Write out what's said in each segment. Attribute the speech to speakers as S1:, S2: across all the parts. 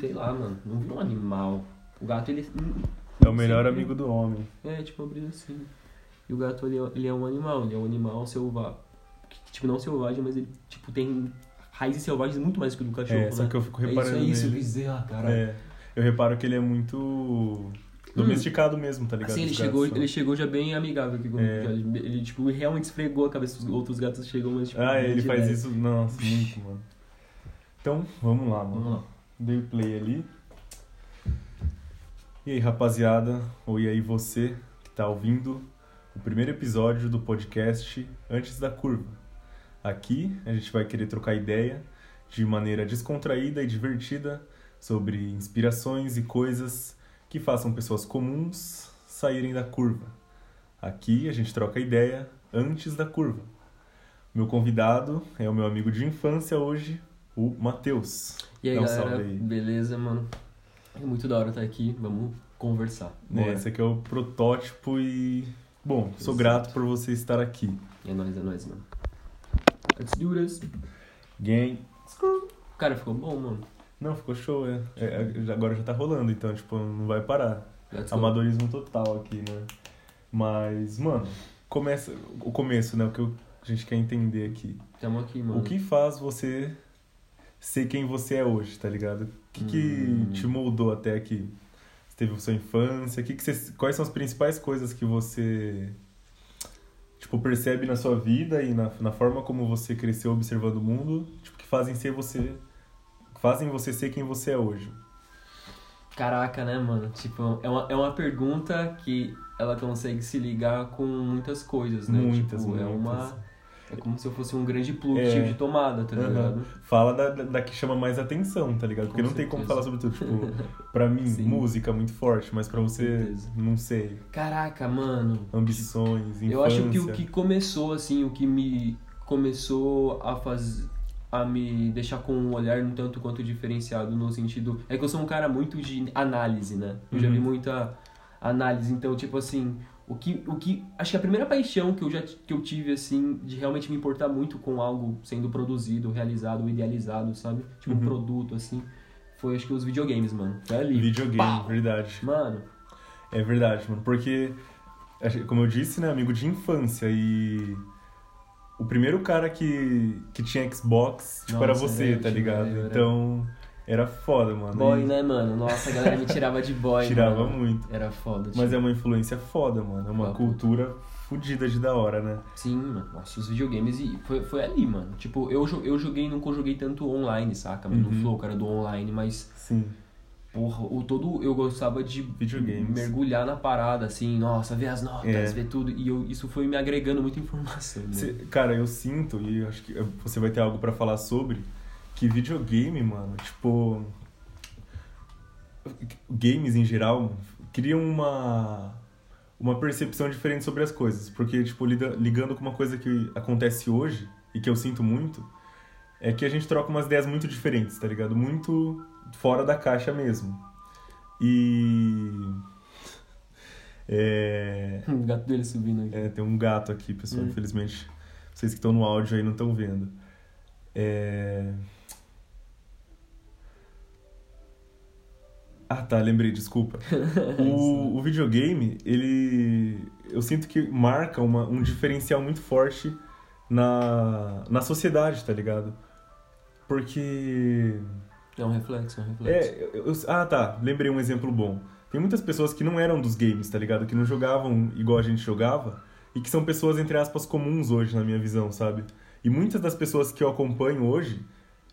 S1: sei lá, mano. Não vira um animal. O gato, ele.
S2: É o melhor amigo do homem.
S1: É, tipo, uma brisa assim. E o gato, ele, é- ele é um animal. Ele é um animal selvagem. Tipo, não selvagem, mas ele, tipo, tem raízes selvagens muito mais que o do cachorro,
S2: É, só
S1: né?
S2: que eu fico
S1: É isso,
S2: reparando
S1: é isso, eu
S2: nele.
S1: quis dizer, ah, caralho.
S2: É, eu reparo que ele é muito domesticado mesmo, tá ligado?
S1: Hum. Assim, ele
S2: Os gatos
S1: chegou,
S2: são.
S1: ele chegou já bem amigável aqui comigo.
S2: É.
S1: já. Ele, ele, tipo, realmente esfregou a cabeça. Os outros gatos chegam, mas, tipo...
S2: Ah, ele
S1: direto.
S2: faz isso, nossa, muito, mano. Então, vamos lá, mano.
S1: Vamos lá.
S2: Dei o play ali. E aí, rapaziada, ou e aí você que tá ouvindo o primeiro episódio do podcast Antes da Curva. Aqui a gente vai querer trocar ideia de maneira descontraída e divertida sobre inspirações e coisas que façam pessoas comuns saírem da curva. Aqui a gente troca ideia antes da curva. Meu convidado é o meu amigo de infância hoje, o Matheus.
S1: E aí,
S2: Dá um
S1: galera,
S2: salve aí.
S1: beleza, mano? É muito da hora estar aqui, vamos conversar.
S2: Né,
S1: Bora.
S2: esse aqui é o protótipo e. Bom, sou
S1: Exato.
S2: grato por você estar aqui.
S1: É nóis, é nóis, mano. It's duras.
S2: Gang.
S1: Cara, ficou bom, mano.
S2: Não, ficou show, é. É, é, Agora já tá rolando, então, tipo, não vai parar.
S1: Let's go.
S2: Amadorismo total aqui, né? Mas, mano, começa. O começo, né? O que eu- a gente quer entender aqui.
S1: Tamo aqui, mano.
S2: O que faz você ser quem você é hoje, tá ligado? O que,
S1: Hum.
S2: que te moldou até aqui? Você teve sua infância? O que que você, quais são as principais coisas que você tipo, percebe na sua vida e na, na forma como você cresceu observando o mundo, tipo, que fazem ser você. Fazem você ser quem você é hoje.
S1: Caraca, né, mano? Tipo, é uma, é uma pergunta que ela consegue se ligar com muitas coisas, né?
S2: Muitas,
S1: tipo, é
S2: muitas.
S1: uma. É como se eu fosse um grande plug
S2: É.
S1: tipo de tomada, tá
S2: Aham.
S1: ligado?
S2: Fala da, da- da que chama mais atenção, tá ligado? Porque
S1: Com
S2: não tem como
S1: certeza.
S2: falar sobre tudo. Tipo, pra mim,
S1: Sim.
S2: música muito forte, mas pra
S1: Com
S2: você,
S1: certeza.
S2: não sei.
S1: Caraca, mano.
S2: Ambições, infância.
S1: Eu acho que o que começou, assim, o que me começou a fazer a me deixar com um olhar um tanto quanto diferenciado no sentido é que eu sou um cara muito de análise, né? Eu já
S2: Uhum.
S1: vi muita análise, então tipo assim, o que o que acho que a primeira paixão que eu já t- que eu tive assim de realmente me importar muito com algo sendo produzido, realizado, idealizado, sabe? Tipo um
S2: Uhum.
S1: produto assim, foi acho que os videogames, mano. Foi ali.
S2: Videogame,
S1: Pau!
S2: verdade.
S1: Mano,
S2: É verdade, mano. Porque, a gente- como eu disse, né, amigo de infância e. O primeiro cara que, que tinha Xbox, tipo, era
S1: Nossa,
S2: você,
S1: eu
S2: tá
S1: tinha,
S2: ligado?
S1: eu era.
S2: Então, era foda, mano.
S1: boy,
S2: E
S1: né, mano? Nossa, a galera me tirava de boy,
S2: Tirava
S1: mano.
S2: muito.
S1: Era foda, tipo,
S2: Mas é uma influência foda, mano. É uma
S1: Papo.
S2: cultura fodida de da hora, né?
S1: Sim, mano. Nossa, os videogames e foi, foi ali, mano. Tipo, eu, jo- eu joguei, nunca joguei tanto online, saca? Mano,
S2: Uhum.
S1: No Flow, cara, do online, mas,
S2: Sim.
S1: porra, o todo eu gostava de
S2: Videogames.
S1: mergulhar na parada, assim, nossa, ver as notas,
S2: É.
S1: ver tudo. E eu, isso foi me agregando muita informação. né? mano.
S2: Cê- cara, eu sinto, e eu acho que eh, você vai ter algo pra falar sobre, que videogame, mano, tipo. Games em geral criam uma. Uma percepção diferente sobre as coisas. Porque, tipo, lida- ligando com uma coisa que acontece hoje, e que eu sinto muito, é que a gente troca umas ideias muito diferentes, tá ligado? Muito fora da caixa mesmo. E. É.
S1: O gato dele subindo aqui.
S2: É, tem um gato aqui, pessoal.
S1: Hum.
S2: Infelizmente, vocês que estão no áudio aí não estão vendo. É... Ah, tá, lembrei, desculpa. O, o videogame, ele. Eu sinto que marca uma- um diferencial muito forte na, na sociedade, tá ligado? Porque.
S1: É um reflexo, é um reflexo.
S2: É, eu- eu- ah, tá. Lembrei um exemplo bom. Tem muitas pessoas que não eram dos games, tá ligado? Que não jogavam igual a gente jogava e que são pessoas, entre aspas, comuns hoje, na minha visão, sabe? E muitas das pessoas que eu acompanho hoje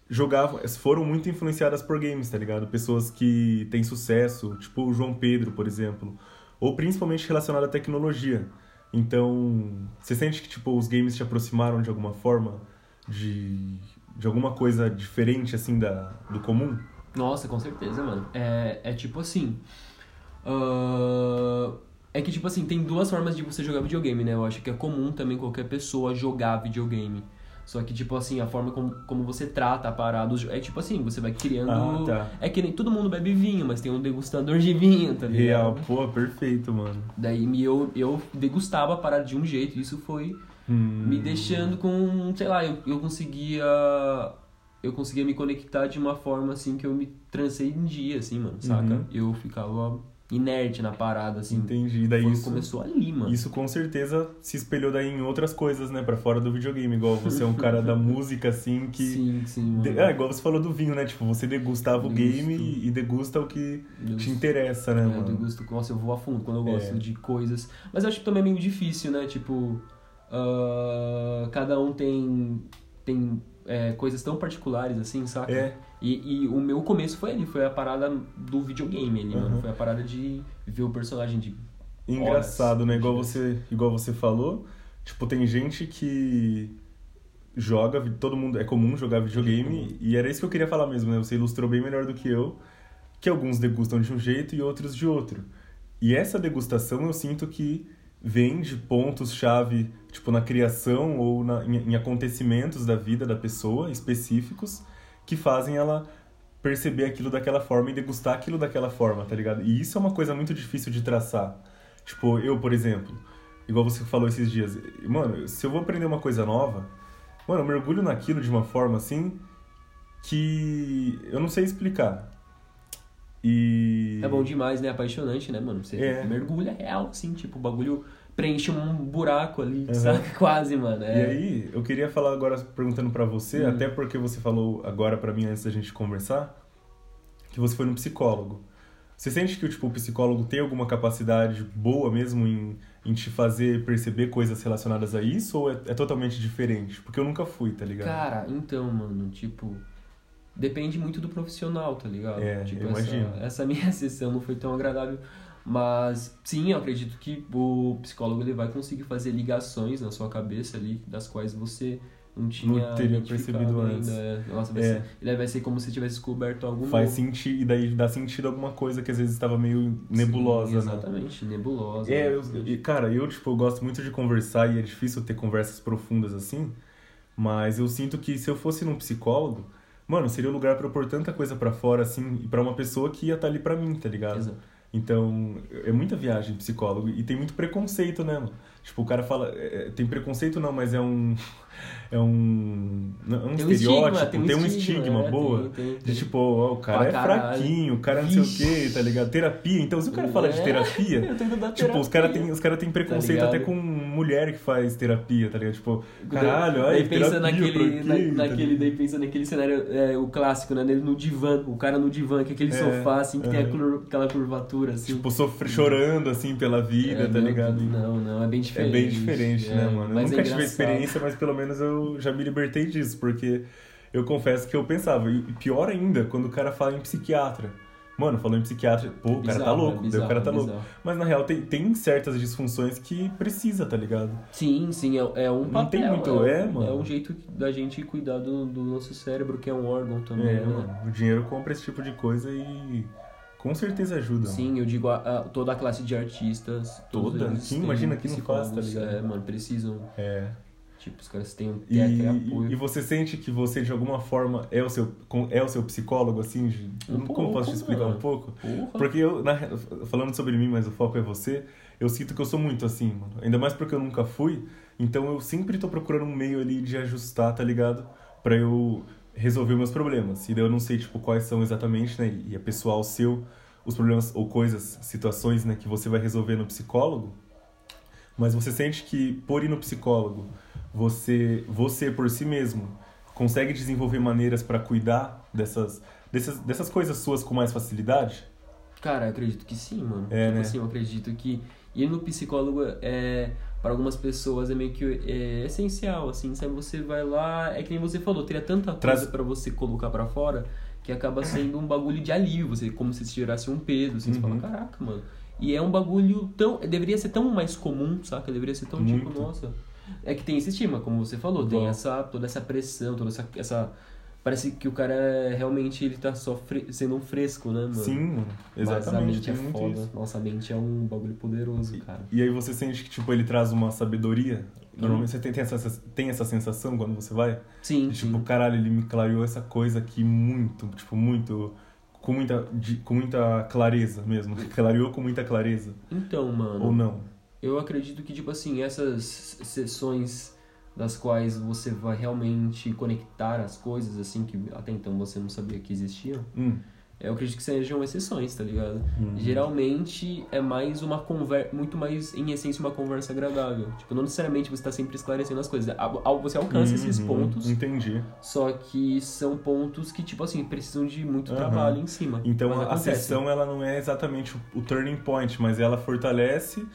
S2: jogavam, foram muito influenciadas por games, tá ligado? Pessoas que têm sucesso, tipo o João Pedro, por exemplo, ou principalmente relacionado à tecnologia. Então, você sente que tipo os games te aproximaram de alguma forma de de alguma coisa diferente assim da do comum?
S1: Nossa, com certeza, mano. É, é tipo assim. ah, é que, tipo assim, tem duas formas de você jogar videogame, né? Eu acho que é comum também qualquer pessoa jogar videogame. Só que, tipo assim, a forma como, como você trata a parada. os jo- É tipo assim, você vai criando.
S2: Ah, tá.
S1: É que nem todo mundo bebe vinho, mas tem um degustador de vinho, tá ligado?
S2: Real, pô, perfeito, mano.
S1: Daí me- eu, eu degustava a parada de um jeito, e isso foi
S2: Hum,
S1: me deixando com, sei lá, eu, eu conseguia eu conseguia me conectar de uma forma assim que eu me transcendia, assim, mano, saca?
S2: Uhum.
S1: Eu ficava inerte na parada, assim.
S2: Entendi. E daí
S1: Foi-
S2: isso,
S1: começou ali, mano.
S2: isso com certeza se espelhou daí em outras coisas, né? Pra fora do videogame. Igual você é um cara da música, assim, que.
S1: Sim, sim, mano.
S2: De- ah, igual você falou do vinho, né? Tipo, você degustava o
S1: Degusto.
S2: game e e degusta o que
S1: Deus.
S2: te interessa, né,
S1: É, do
S2: mano?
S1: gosto, nossa, eu vou a fundo quando eu gosto
S2: É.
S1: de coisas. Mas eu acho que também é meio difícil, né? Tipo, ah, cada um tem, tem é, coisas tão particulares, assim, saca?
S2: É,
S1: E, e o meu começo foi ali, foi a parada do videogame ali, mano.
S2: Uhum.
S1: Foi a parada de ver o personagem de.
S2: engraçado, né? Igual
S1: Horas.
S2: você, igual você falou, tipo, tem gente que joga, vi- todo mundo, é comum jogar videogame, e era isso que eu queria falar mesmo, né? Você ilustrou bem melhor do que eu, que alguns degustam de um jeito e outros de outro. E essa degustação eu sinto que vem de pontos-chave, tipo, na criação ou na, em, em acontecimentos da vida da pessoa, específicos, que fazem ela perceber aquilo daquela forma e degustar aquilo daquela forma, tá ligado? E isso é uma coisa muito difícil de traçar. Tipo, eu, por exemplo, igual você falou esses dias, mano, se eu vou aprender uma coisa nova, mano, eu mergulho naquilo de uma forma assim que eu não sei explicar. E.
S1: É bom demais, né? Apaixonante, né, mano? Você
S2: É.
S1: mergulha real, assim, tipo, o bagulho preenche um buraco ali,
S2: Uhum.
S1: saca? Quase, mano.
S2: E
S1: É. Hum.
S2: aí, eu queria falar agora, perguntando pra você, até porque você falou agora pra mim antes da gente conversar, que você foi no psicólogo. Você sente que tipo, o psicólogo tem alguma capacidade boa mesmo em, em te fazer perceber coisas relacionadas a isso ou é, é totalmente diferente? Porque eu nunca fui, tá ligado?
S1: Cara, então, mano, tipo, depende muito do profissional, tá ligado?
S2: É,
S1: tipo,
S2: eu
S1: essa,
S2: imagino.
S1: essa minha sessão não foi tão agradável. Mas sim, eu acredito que o psicólogo ele vai conseguir fazer ligações na sua cabeça ali, das quais você não tinha
S2: teria
S1: identificado
S2: percebido
S1: ainda.
S2: antes.
S1: é. Nossa, vai,
S2: É.
S1: ser, ele vai ser como se tivesse descoberto algum
S2: Faz
S1: novo.
S2: sentido, e daí dá sentido alguma coisa que às vezes estava meio nebulosa,
S1: Sim,
S2: né?
S1: Exatamente, nebulosa.
S2: É,
S1: né?
S2: eu, e, cara, eu, tipo, eu gosto muito de conversar e é difícil ter conversas profundas assim, mas eu sinto que se eu fosse num psicólogo, mano, seria um lugar pra eu pôr tanta coisa pra fora, assim, e pra uma pessoa que ia estar ali pra mim, tá ligado?
S1: Exato.
S2: Então, é muita viagem psicólogo e tem muito preconceito, né, mano? Tipo, o cara fala, é, é, tem preconceito não, mas é um, é um, não, é um
S1: Tem um
S2: estereótipo,
S1: estigma, tem um estigma, é,
S2: boa.
S1: tem, tem, tem.
S2: De tipo, ó, o cara
S1: Pra
S2: é
S1: caralho.
S2: fraquinho, o cara não sei o
S1: Vixe.
S2: quê, tá ligado? Terapia, então se o cara fala de
S1: É.
S2: terapia,
S1: Eu tô indo dar
S2: Tipo, os caras
S1: terapia.
S2: têm cara tem preconceito
S1: Tá ligado?
S2: até com mulher que faz terapia, tá ligado? Tipo, caralho,
S1: daí
S2: olha,
S1: pensa
S2: terapia
S1: naquele,
S2: pra quê,
S1: na-
S2: tá
S1: naquele,
S2: ligado?
S1: daí pensa naquele cenário, é, o clássico, né? Dele no divã, o cara no divã, que é aquele
S2: É,
S1: sofá, assim, que tem a
S2: é.
S1: cur- aquela curvatura, assim.
S2: Tipo, sofre, chorando, assim, pela vida,
S1: É,
S2: tá
S1: não,
S2: ligado?
S1: Não, não, é bem diferente.
S2: É bem diferente,
S1: é,
S2: né,
S1: mas
S2: mano? Eu
S1: é
S2: nunca tive
S1: engraçado.
S2: experiência, mas pelo menos eu já me libertei disso, porque eu confesso que eu pensava. E pior ainda, quando o cara fala em psiquiatra. Mano, falou em psiquiatra, pô, o cara tá
S1: Bizarro,
S2: louco,
S1: é
S2: daí o cara tá
S1: bizarro,
S2: louco.
S1: bizarro.
S2: Mas na real, tem, tem certas disfunções que precisa, tá ligado?
S1: Sim, sim, é, é um
S2: Não tem
S1: papel.
S2: muito,
S1: é,
S2: é, mano.
S1: um jeito da gente cuidar do, do nosso cérebro, que é um órgão também,
S2: É,
S1: né?
S2: mano, o dinheiro compra esse tipo de coisa e com certeza ajuda. mano.
S1: Sim, eu digo a, a- toda a classe de artistas. todos
S2: Toda?
S1: eles
S2: Sim,
S1: têm
S2: imagina que não faz, tá
S1: psicólogos,
S2: ligado?
S1: É, mano, precisam.
S2: É.
S1: Tipo, os caras têm
S2: E,
S1: têm aquele apoio.
S2: e você sente que você, de alguma forma, é o seu, com- é o seu psicólogo, assim? de-
S1: Um
S2: como
S1: pouco,
S2: posso te explicar
S1: mano.
S2: um pouco?
S1: Porra.
S2: Porque eu, na re- falando sobre mim, mas o foco é você, eu sinto que eu sou muito assim, mano. Ainda mais porque eu nunca fui, então eu sempre tô procurando um meio ali de ajustar, tá ligado? Pra eu resolver meus problemas. E daí eu não sei, tipo, quais são exatamente, né? E é pessoal seu, os problemas ou coisas, situações, né, que você vai resolver no psicólogo. Mas você sente que, por ir no psicólogo, você, você por si mesmo, consegue desenvolver maneiras pra cuidar dessas, dessas, dessas coisas suas com mais facilidade?
S1: Cara, eu acredito que sim, mano.
S2: É,
S1: tipo
S2: né?
S1: assim, eu acredito que ir no psicólogo é para algumas pessoas é meio que é, essencial, assim, sabe? Você vai lá, é que nem você falou, teria tanta coisa
S2: Traz-
S1: pra você colocar pra fora que acaba sendo um bagulho de alívio, você como se tirasse um peso, assim,
S2: Uhum.
S1: você fala, caraca, mano. E é um bagulho tão, deveria ser tão mais comum, saca? Deveria ser tão tipo,
S2: Muito.
S1: nossa. É que tem esse estigma, como você falou, tem
S2: Igual.
S1: essa toda essa pressão, toda essa essa parece que o cara é, realmente ele tá só fre- sendo um fresco, né, mano?
S2: Sim, mano.
S1: Mas a
S2: Exatamente,
S1: mente
S2: tem
S1: é
S2: muito
S1: foda.
S2: isso.
S1: Nossa, a mente é um bagulho poderoso, cara.
S2: E aí você sente que, tipo, ele traz uma sabedoria. Normalmente
S1: Uhum.
S2: você tem, tem, essa, tem essa sensação quando você vai?
S1: Sim,
S2: E,
S1: sim.
S2: tipo, caralho, ele me clareou essa coisa aqui muito, tipo, muito... Com muita, de- com muita clareza mesmo.
S1: Uhum.
S2: Clareou com muita clareza.
S1: Então, mano,
S2: Ou não.
S1: eu acredito que, tipo assim, essas sessões das quais você vai realmente conectar as coisas, assim, que até então você não sabia que existiam,
S2: Hum, Uhum.
S1: Eu acredito que sejam exceções, tá ligado? Geralmente é mais uma conversa, muito mais em essência uma conversa agradável. Tipo, não necessariamente você tá sempre esclarecendo as coisas. Al- al- Você alcança esses
S2: Uhum,
S1: pontos,
S2: Entendi.
S1: só que são pontos que, tipo assim, precisam de muito
S2: Aham.
S1: trabalho em cima.
S2: Então
S1: Mas
S2: a, a
S1: acontece.
S2: sessão ela não é exatamente o, o turning point, mas ela fortalece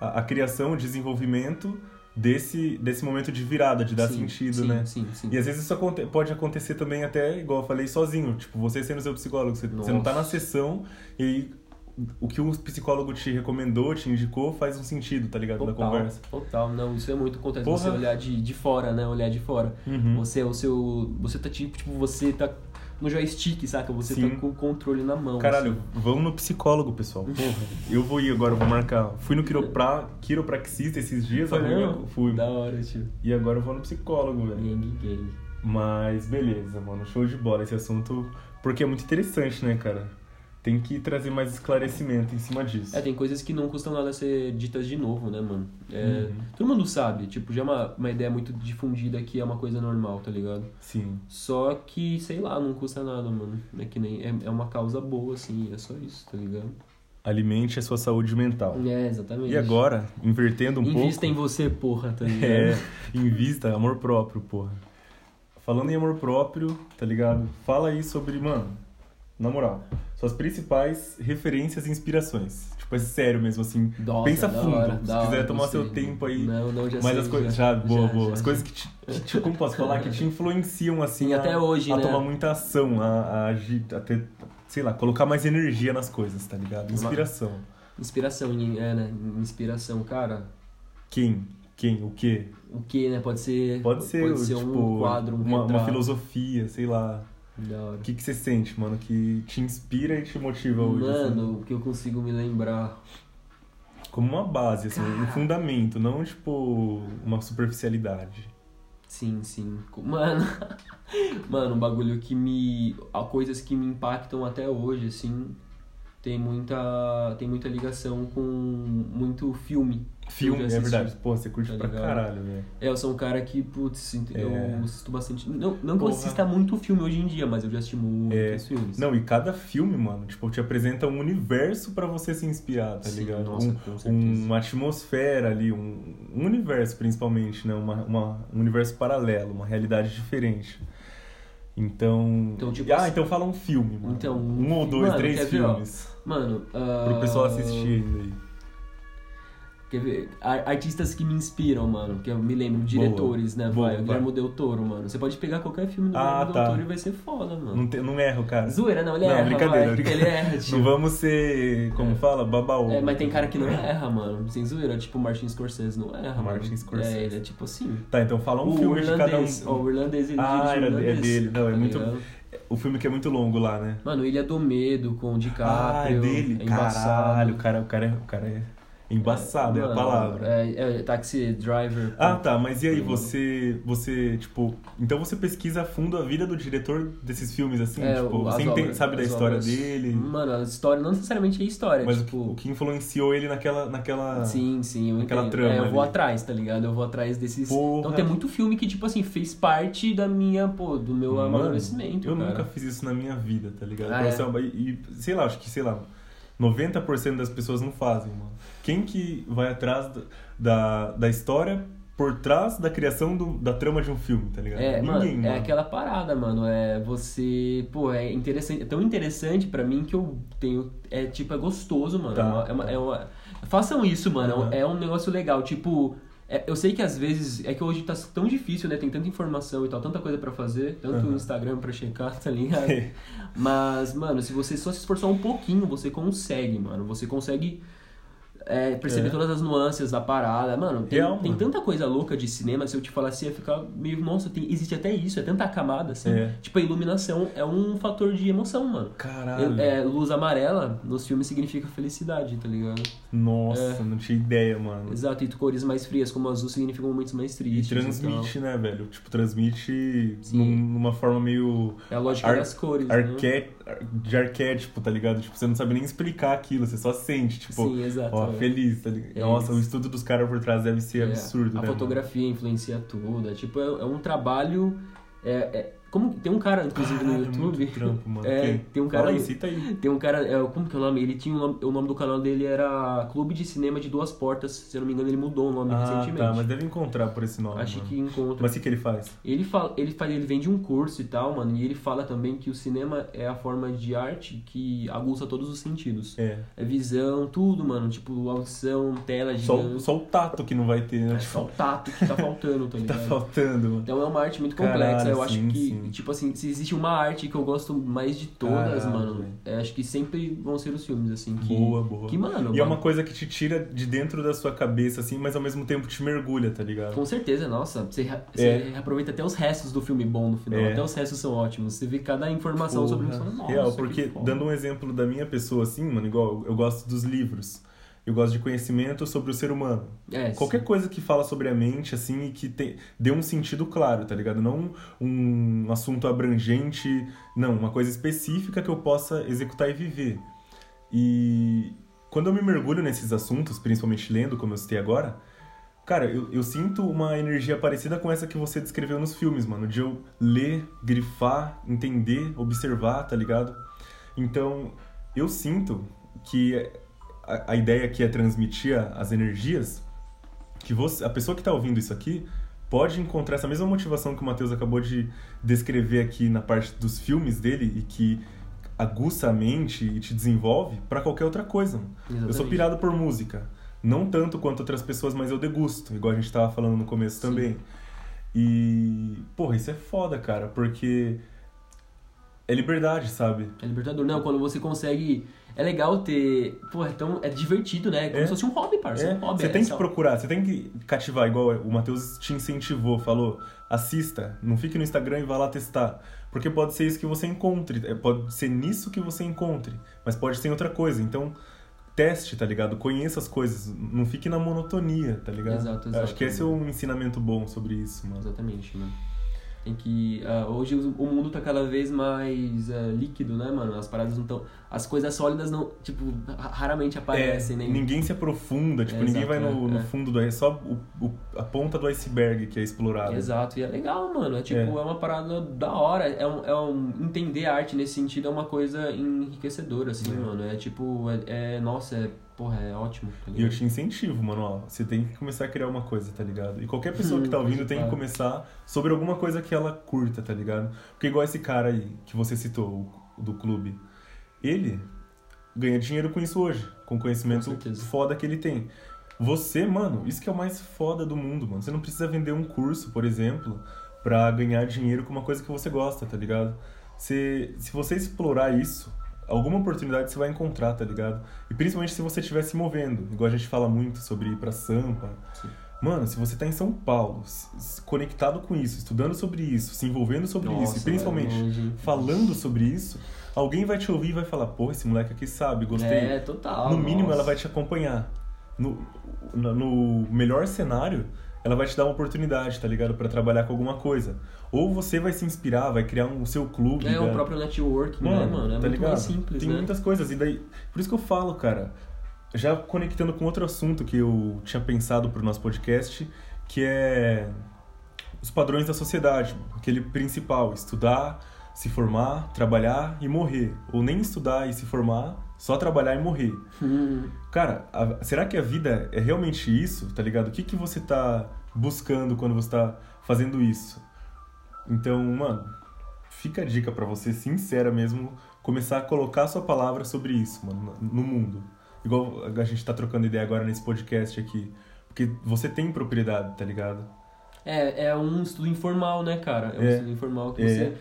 S2: a, a criação, o desenvolvimento desse, desse momento de virada, de dar
S1: Sim,
S2: sentido,
S1: sim,
S2: né?
S1: Sim, sim.
S2: E às vezes isso aconte- pode acontecer também até, igual eu falei, sozinho. Tipo, você sendo seu psicólogo, você, você não tá na sessão e o que o psicólogo te recomendou, te indicou, faz um sentido, tá ligado? Da
S1: Total,
S2: conversa.
S1: total, não, isso é muito acontece
S2: Porra.
S1: você olhar de, de fora, né? Olhar de fora.
S2: Uhum.
S1: Você é o seu. Você tá tipo, tipo, você tá no joystick, saca? Você
S2: Sim.
S1: tá com o controle na mão. assim.
S2: Caralho, vamos no psicólogo, pessoal. Porra. Eu vou ir agora, eu vou marcar. Fui no quiropra... quiropraxista esses dias,
S1: Foi
S2: amanhã
S1: mesmo?
S2: eu fui.
S1: Da hora, tio.
S2: E agora eu vou no psicólogo, velho.
S1: Gang, gang.
S2: Mas beleza, mano, show de bola esse assunto, porque é muito interessante, né, cara? Tem que trazer mais esclarecimento em cima disso.
S1: É, tem coisas que não custam nada ser ditas de novo, né, mano? É,
S2: Uhum.
S1: Todo mundo sabe, tipo, já é uma, uma ideia muito difundida que é uma coisa normal, tá ligado?
S2: Sim.
S1: Só que, sei lá, não custa nada, mano. É que nem. É, é uma causa boa, assim, é só isso, tá ligado?
S2: Alimente a sua saúde mental.
S1: É, exatamente.
S2: E agora, invertendo um
S1: Invista
S2: pouco.
S1: em você, porra, tá ligado?
S2: É, invista, amor próprio, porra. Falando em amor próprio, tá ligado? Fala aí sobre, mano, na moral, suas principais referências e inspirações. Tipo, é sério mesmo, assim.
S1: Nossa,
S2: Pensa
S1: da
S2: fundo,
S1: hora,
S2: se
S1: da
S2: quiser
S1: hora,
S2: tomar
S1: gostei.
S2: seu tempo aí.
S1: Não, não, já
S2: Mas
S1: sei,
S2: as coisas. Já, boa,
S1: já,
S2: boa.
S1: já,
S2: as
S1: já.
S2: coisas que te, que te- Como posso falar? Que te influenciam, assim.
S1: Sim,
S2: a-
S1: até hoje,
S2: A
S1: né?
S2: tomar muita ação, a, a agir, a ter, sei lá, colocar mais energia nas coisas, tá ligado? Inspiração.
S1: Inspiração, é, né? Inspiração, cara.
S2: Quem? Quem? O quê?
S1: O que, né? Pode ser.
S2: Pode ser, tipo,
S1: um quadro, um
S2: uma, uma
S1: retrato.
S2: filosofia, sei lá.
S1: Da hora.
S2: O que, que você sente, mano, que te inspira e te motiva hoje? assim?
S1: Mano, o que eu consigo me lembrar.
S2: Como uma base, assim, um
S1: Cara.
S2: fundamento, não tipo uma superficialidade.
S1: Sim, sim. Mano. Mano, um bagulho que me. Há coisas que me impactam até hoje, assim. Tem muita. Tem muita ligação com muito filme.
S2: Filme, é
S1: assisti.
S2: verdade. Pô, você curte
S1: Tá
S2: pra
S1: ligado?
S2: caralho, velho.
S1: É, eu sou um cara que, putz, eu
S2: É.
S1: assisto bastante. Não, não que eu
S2: Porra. É.
S1: assista muito filme hoje em dia, mas eu já assisti muitos filmes.
S2: Não, e cada filme, mano, tipo, te apresenta um universo pra você se inspirar, tá
S1: Sim,
S2: ligado?
S1: nossa,
S2: Um-
S1: com certeza.
S2: uma atmosfera ali, um, um universo principalmente, né? Uma, uma- um universo paralelo, uma realidade diferente. Então.
S1: Então, tipo
S2: ah,
S1: assim-
S2: então fala um filme, mano.
S1: Então,
S2: um
S1: um
S2: ou
S1: fi-
S2: dois,
S1: Mano,
S2: três
S1: quer ver, ó?
S2: filmes.
S1: Mano.
S2: Pro
S1: ah,
S2: pessoal assistir ainda aí.
S1: Quer ver? Ar- Artistas que me inspiram, mano. Que eu me lembro, diretores, né?
S2: Boa,
S1: vai, o
S2: vai.
S1: Guilherme Del Toro, mano. Você pode pegar qualquer filme do
S2: Ah,
S1: Guilherme
S2: tá.
S1: Del Toro e vai ser foda, mano.
S2: Não, te, não erro, cara.
S1: Zoeira, não, ele
S2: Não,
S1: erra.
S2: brincadeira,
S1: vai.
S2: brincadeira.
S1: Ele erra,
S2: Não
S1: tio.
S2: vamos ser, como
S1: É.
S2: fala, babaú.
S1: É, mas tem cara que não erra, mano. Sem zoeira, tipo o Martin Scorsese não erra, mano.
S2: Martin Scorsese.
S1: É, ele é tipo assim.
S2: Tá, então fala um
S1: o
S2: filme de cada um.
S1: irlandês, ó, o irlandês ele
S2: Ah,
S1: dirige o
S2: era- é
S1: irlandês,
S2: dele. Não, é
S1: tá
S2: muito-
S1: ligado?
S2: O filme que é muito longo lá, né?
S1: Mano, Ilha do Medo com o
S2: Ah, é
S1: DiCaprio.
S2: dele?
S1: é embaçado.
S2: Caralho, o cara, o cara, é, o cara é embaçado, é, a
S1: Mano,
S2: palavra.
S1: É, é Taxi Driver.
S2: Ah,
S1: com-
S2: tá, mas e aí, você, você, tipo, então você pesquisa a fundo a vida do diretor desses filmes, assim?
S1: É,
S2: tipo,
S1: o-
S2: você
S1: as
S2: entende-
S1: obras-
S2: sabe da
S1: as
S2: história
S1: obras.
S2: dele,
S1: Mano, a história não necessariamente é história.
S2: mas o que-
S1: tipo,
S2: o que influenciou ele naquela, naquela...
S1: Sim, sim, eu
S2: Aquela
S1: entendo.
S2: trama
S1: é, eu vou
S2: ali.
S1: atrás, tá ligado? Eu vou atrás desses.
S2: Porra.
S1: Então tem muito filme que, tipo assim, fez parte da minha, pô, do meu
S2: Mano,
S1: amadurecimento.
S2: Eu
S1: cara.
S2: nunca fiz isso na minha vida, tá ligado?
S1: Ah,
S2: Pra
S1: é?
S2: você- e, e, sei lá, acho que, sei lá, 90% das pessoas não fazem, mano. Quem que vai atrás da, da, da história por trás da criação do- da trama de um filme, tá ligado?
S1: É, mano,
S2: Ninguém,
S1: é aquela parada, mano. É você. Pô, é interessante. É tão interessante pra mim que eu tenho. É tipo, é gostoso, mano.
S2: Tá,
S1: É uma- é uma-
S2: tá.
S1: é uma- façam isso, mano. É um-
S2: Aham.
S1: É um negócio legal. Tipo. é- eu sei que às vezes. É que hoje tá tão difícil, né? Tem tanta informação e tal, tanta coisa pra fazer, tanto
S2: Aham.
S1: Instagram pra checar, tá ligado? Mas, mano, se você só se esforçar um pouquinho, você consegue, mano. Você consegue é, perceber
S2: É.
S1: todas as nuances da parada. Mano, tem,
S2: Real,
S1: tem
S2: mano.
S1: tanta coisa louca de cinema, se eu te falasse, ia ficar meio. Nossa, tem- existe até isso, é tanta camada, assim.
S2: É.
S1: Tipo, a iluminação é um fator de emoção, mano.
S2: Caralho.
S1: É, luz amarela nos filmes significa felicidade, tá ligado? É.
S2: Nossa, não tinha ideia, mano.
S1: Exato, e cores mais frias, como azul, significam momentos mais
S2: E
S1: tristes.
S2: transmite, né, velho? Tipo, transmite
S1: então. Sim.
S2: num- numa forma meio
S1: tal. É a lógica
S2: Ar-
S1: das cores, né?
S2: arqué... de arquétipo, tá ligado? Tipo, você não sabe nem explicar aquilo, você só sente, tipo,
S1: Sim, exato.
S2: ó,
S1: é.
S2: feliz, tá ligado?
S1: É
S2: Nossa,
S1: isso.
S2: o estudo dos caras por trás deve ser
S1: É,
S2: absurdo,
S1: a
S2: né? mano?
S1: fotografia influencia tudo. É, tipo, é, é um trabalho. É, é- Como tem um cara, inclusive,
S2: Caralho,
S1: no YouTube.
S2: muito trampo, mano.
S1: É,
S2: Quem?
S1: tem um cara
S2: Fala aí,
S1: do-
S2: cita aí.
S1: Tem um cara, é, como que é o nome? Ele tinha um nome- o nome do canal dele era Clube de Cinema de Duas Portas, se eu não me engano, ele mudou o nome
S2: Ah,
S1: recentemente.
S2: tá, mas deve encontrar por esse nome.
S1: um Acho
S2: mano.
S1: que encontra.
S2: Mas o que, que ele faz?
S1: Ele fala, ele fala, ele vende um curso e tal, mano, e ele fala também que o cinema é a forma de arte que aguça todos os sentidos.
S2: É.
S1: É visão, tudo, mano, tipo audição, tela
S2: Só,
S1: gigante.
S2: o- só o tato que não vai ter, né?
S1: É só o tato que tá faltando, tá
S2: Que tá
S1: ligado?
S2: faltando, mano.
S1: Então é uma arte muito complexa.
S2: Caralho,
S1: eu acho
S2: sim,
S1: que,
S2: sim.
S1: tipo assim, se existe uma arte que eu gosto mais de todas,
S2: Caralho, velho.
S1: mano, é, acho que sempre vão ser os filmes, assim, que.
S2: Boa, boa.
S1: Que, mano,
S2: E é uma
S1: mano,
S2: coisa que te tira de dentro da sua cabeça, assim, mas ao mesmo tempo te mergulha, tá ligado?
S1: com certeza, nossa, você, re-
S2: É.
S1: você aproveita até os restos do filme bom no final.
S2: É.
S1: Até os restos são ótimos. Você vê cada informação sobre o
S2: Porra.
S1: filme e fala, nossa,
S2: Real,
S1: que
S2: porque
S1: foda.
S2: dando um exemplo da minha pessoa, assim, mano, igual eu gosto dos livros. Eu gosto de conhecimento sobre o ser humano.
S1: É,
S2: Qualquer coisa que fala sobre a mente, assim, e que te, dê um sentido claro, tá ligado? Não um assunto abrangente, não, uma coisa específica que eu possa executar e viver. E quando eu me mergulho nesses assuntos, principalmente lendo, como eu citei agora, cara, eu, eu sinto uma energia parecida com essa que você descreveu nos filmes, mano, de eu ler, grifar, entender, observar, tá ligado? Então, eu sinto que a, a ideia aqui é transmitir a- as energias que você, a pessoa que está ouvindo isso aqui pode encontrar essa mesma motivação que o Matheus acabou de descrever aqui na parte dos filmes dele e que aguça a mente e te desenvolve para qualquer outra coisa. mano. Eu sou
S1: Exatamente.
S2: pirado por música, não tanto quanto outras pessoas, mas eu degusto, igual a gente tava falando no começo
S1: Sim.
S2: também. E, porra, isso é foda, cara, porque é liberdade, sabe?
S1: É libertador. Não, quando você consegue. É legal ter. Pô, é, tão... é divertido, né? É como
S2: É.
S1: se fosse um hobby, parça.
S2: É,
S1: um hobby.
S2: você
S1: é
S2: tem que
S1: só-
S2: procurar, você tem que cativar, igual o Matheus te incentivou, falou, assista, não fique no Instagram e vá lá testar. Porque pode ser isso que você encontre, é, pode ser nisso que você encontre, mas pode ser em outra coisa. Então, teste, tá ligado? Conheça as coisas, não fique na monotonia, tá ligado?
S1: Exato,
S2: Acho
S1: exato.
S2: que esse é um ensinamento bom sobre isso, mano.
S1: Exatamente, mano. Tem que. ah, hoje o o mundo tá cada vez mais ah, líquido, né, mano? As paradas não estão. As coisas sólidas não. Tipo, ra-
S2: É,
S1: raramente aparecem, né?
S2: Ninguém se aprofunda, tipo,
S1: É,
S2: ninguém
S1: exato,
S2: vai no,
S1: é,
S2: no
S1: é.
S2: fundo do... É só o- o- a ponta do iceberg que é explorada.
S1: Exato, e é legal, mano. É tipo,
S2: É.
S1: é, uma parada da hora. É um, é um. Entender a arte nesse sentido é uma coisa enriquecedora, assim,
S2: É.
S1: mano. É tipo, é. é- nossa, é. Porra, é ótimo. tá
S2: E eu
S1: ligado?
S2: te incentivo, mano, ó, você tem que começar a criar uma coisa, tá ligado? E qualquer pessoa que tá
S1: Hum,
S2: ouvindo tem que
S1: claro.
S2: começar sobre alguma coisa que ela curta, tá ligado? Porque igual esse cara aí que você citou, o- do clube, ele ganha dinheiro com isso hoje, com o conhecimento
S1: Com certeza.
S2: foda que ele tem. Você, mano, isso que é o mais foda do mundo, mano. Você não precisa vender um curso, por exemplo, pra ganhar dinheiro com uma coisa que você gosta, tá ligado? Se, se você explorar isso, alguma oportunidade você vai encontrar, tá ligado? E principalmente se você estiver se movendo, igual a gente fala muito sobre ir pra Sampa.
S1: Sim.
S2: Mano, se você tá em São Paulo, se- se conectado com isso, estudando sobre isso, se envolvendo sobre isso,
S1: Nossa, é
S2: e principalmente
S1: mano, hoje-
S2: falando sobre isso, alguém vai te ouvir e vai falar: pô, esse moleque aqui sabe, gostei.
S1: É, total.
S2: No mínimo, ela
S1: nossa.
S2: vai te acompanhar. No, no- no melhor cenário, ela vai te dar uma oportunidade, tá ligado? Pra trabalhar com alguma coisa. Ou você vai se inspirar, vai criar um seu clube.
S1: É,
S2: né?
S1: o próprio networking, né, mano? É
S2: tá
S1: muito
S2: ligado?
S1: mais simples,
S2: Tem
S1: né?
S2: muitas coisas. E daí, por isso que eu falo, cara, já conectando com outro assunto que eu tinha pensado pro nosso podcast, que é os padrões da sociedade, mano. aquele principal, estudar, se formar, trabalhar e morrer. Ou nem estudar e se formar, só trabalhar e morrer.
S1: Hum,
S2: Cara, a- será que a vida é realmente isso, tá ligado? O que, que você tá buscando quando você tá fazendo isso? Então, mano, fica a dica pra você, sincera mesmo, começar a colocar a sua palavra sobre isso, mano, no no mundo. Igual a gente tá trocando ideia agora nesse podcast aqui. Porque você tem propriedade, tá ligado?
S1: É, é um estudo informal, né, cara? É um
S2: É.
S1: estudo informal que
S2: É.
S1: você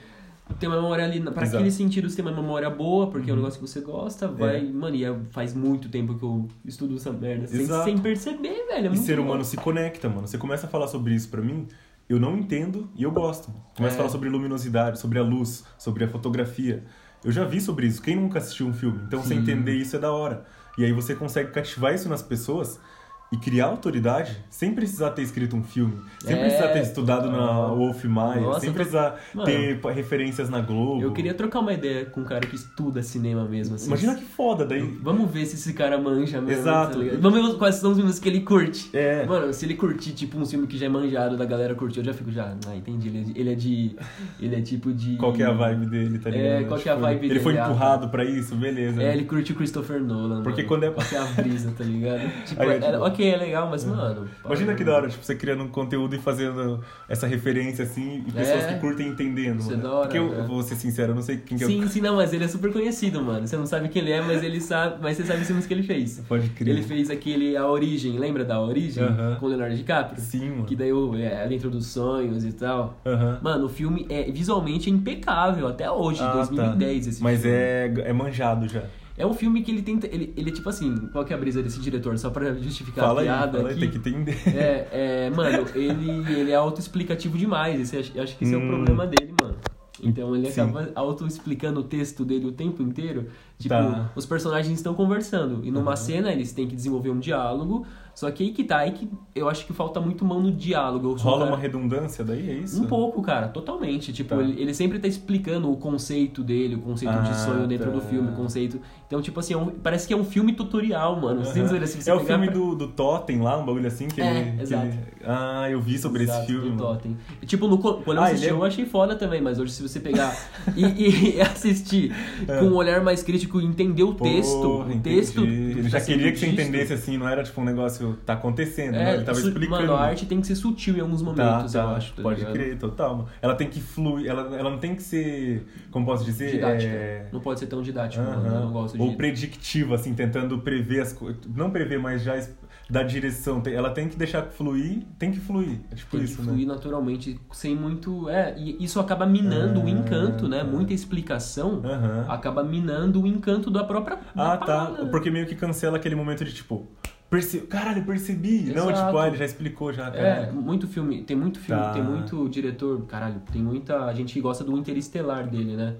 S1: tem uma memória ali. Pra
S2: Exato. Uhum.
S1: aquele sentido, você tem uma memória boa, porque é um negócio que você gosta, vai.
S2: É.
S1: Mano, e é- faz muito tempo que eu estudo essa merda. Sem,
S2: Exato.
S1: sem perceber, velho. É
S2: e
S1: muito
S2: ser
S1: bom.
S2: humano se conecta, mano. Você começa a falar sobre isso pra mim, eu não entendo e eu gosto. Começa a
S1: É.
S2: falar sobre luminosidade, sobre a luz, sobre a fotografia. Eu já vi sobre isso. Quem nunca assistiu um filme? Então, você
S1: Sim.
S2: entender isso é da hora. E aí você consegue cativar isso nas pessoas e e criar autoridade sem precisar ter escrito um filme, sem
S1: É. Ah.
S2: precisar ter estudado na Wolf Maia,
S1: Nossa,
S2: sem
S1: eu tô-
S2: precisar
S1: Mano.
S2: ter pa- referências na Globo.
S1: Eu queria trocar uma ideia com um cara que estuda cinema mesmo, assim.
S2: Imagina que foda daí.
S1: Vamos ver se esse cara manja mesmo.
S2: Exato.
S1: tá ligado? Vamos ver quais são os filmes que ele curte.
S2: É.
S1: Mano, se ele curtir, tipo, um filme que já é manjado, da galera curtiu, eu já fico já, ah, entendi, ele é, de- ele é de... Ele é tipo de...
S2: Qual que é a vibe dele, tá
S1: É,
S2: ligado?
S1: qual que é a vibe
S2: ele foi
S1: dele, ah,
S2: empurrado pra isso, beleza.
S1: É, ele curte o Christopher Nolan,
S2: Né? Porque
S1: mano.
S2: quando é-
S1: Qual que é a brisa, tá ligado? Tipo,
S2: Aí é
S1: é-
S2: tipo-
S1: ok, é legal, mas, mano... né?
S2: Imagina
S1: pá,
S2: que da hora, tipo, você criando um conteúdo e fazendo essa referência assim, e pessoas
S1: É.
S2: que curtem entendendo.
S1: Isso é
S2: mano.
S1: da hora,
S2: Porque eu,
S1: né?
S2: eu vou ser sincero, eu não sei quem que é
S1: Sim, sim, não, mas ele é super conhecido, mano. Você não sabe quem ele é, mas ele sabe, mas você sabe os filmes que ele fez.
S2: o. Pode crer.
S1: Ele fez aquele A Origem, lembra da Origem?
S2: Aham.
S1: Com o Leonardo DiCaprio?
S2: Sim, mano.
S1: Que daí o- é, ela entrou dos sonhos e tal.
S2: Aham.
S1: Mano, o filme é visualmente é impecável até hoje,
S2: Ah, tá.
S1: 2010 esse
S2: Mas
S1: filme.
S2: é, é manjado já.
S1: É um filme que ele tenta. Ele, ele é tipo assim, qual que é a brisa desse diretor? Só pra justificar
S2: fala
S1: a
S2: aí,
S1: piada.
S2: fala aí,
S1: aqui.
S2: tem que entender.
S1: É, é, mano, ele, ele é autoexplicativo demais. Esse, acho- acho que esse é
S2: Hum.
S1: o problema dele, mano. Então ele
S2: Sim.
S1: acaba autoexplicando o texto dele o tempo inteiro. Tipo,
S2: Tá.
S1: os personagens estão conversando. E numa cena eles têm que desenvolver um diálogo. Só que aí que tá, aí que eu acho que falta muito mão no diálogo. Eu sou um
S2: Rola uma
S1: cara-
S2: redundância daí, é isso?
S1: um pouco, cara, totalmente. Tipo,
S2: Tá.
S1: ele, ele sempre tá explicando o conceito dele, o conceito
S2: Ah,
S1: de sonho dentro
S2: tá.
S1: do filme, o conceito. Então, tipo assim, é um- parece que é um filme tutorial, mano.
S2: Aham.
S1: Vocês entenderam? Se você
S2: É o
S1: pegar
S2: filme
S1: pra-
S2: do, do Totem lá, um bagulho assim que,
S1: É,
S2: ele, que
S1: exato.
S2: ele- Ah, eu vi sobre
S1: Exato,
S2: esse filme.
S1: do
S2: mano.
S1: Totem. E, Tipo, no, co- quando eu
S2: Ah,
S1: assisti,
S2: ele é-
S1: eu achei foda também, mas hoje se você pegar e, e assistir com um olhar mais crítico e entender o texto,
S2: É. Porra,
S1: o
S2: entendi.
S1: texto. do
S2: Ele
S1: que
S2: já
S1: tá sendo
S2: queria que você
S1: dito,
S2: entendesse assim, não era tipo um negócio tá acontecendo, né?
S1: É,
S2: Ele tava
S1: isso-
S2: explicando.
S1: Mano, a arte tem que ser sutil em alguns momentos, eu acho. tá
S2: pode
S1: ligado?
S2: crer, total. mano. Ela tem que fluir, ela, ela não tem que ser, como posso dizer,
S1: Didática.
S2: é,
S1: Não pode ser tão didático, mano.
S2: aham,
S1: Eu não gosto
S2: ou
S1: de.
S2: preditiva, assim, tentando prever as coisas, não prever, mas já es- dar direção. Tem- Ela tem que deixar fluir, tem que fluir, é tipo
S1: Tem que
S2: isso, né?
S1: fluir naturalmente, sem muito. É, e isso acaba minando o
S2: Ah,
S1: encanto, né?
S2: tá.
S1: Muita explicação
S2: Aham.
S1: acaba minando o encanto da própria. da Ah,
S2: Ah, tá.
S1: tá parada. né?
S2: Porque meio que cancela aquele momento de tipo, perce... caralho, percebi. Não,
S1: Exato.
S2: tipo, ah, ele já explicou já,
S1: É,
S2: cara.
S1: muito filme, tem muito filme,
S2: Tá.
S1: tem muito diretor, caralho, tem muita gente que gosta do Interestelar dele, né?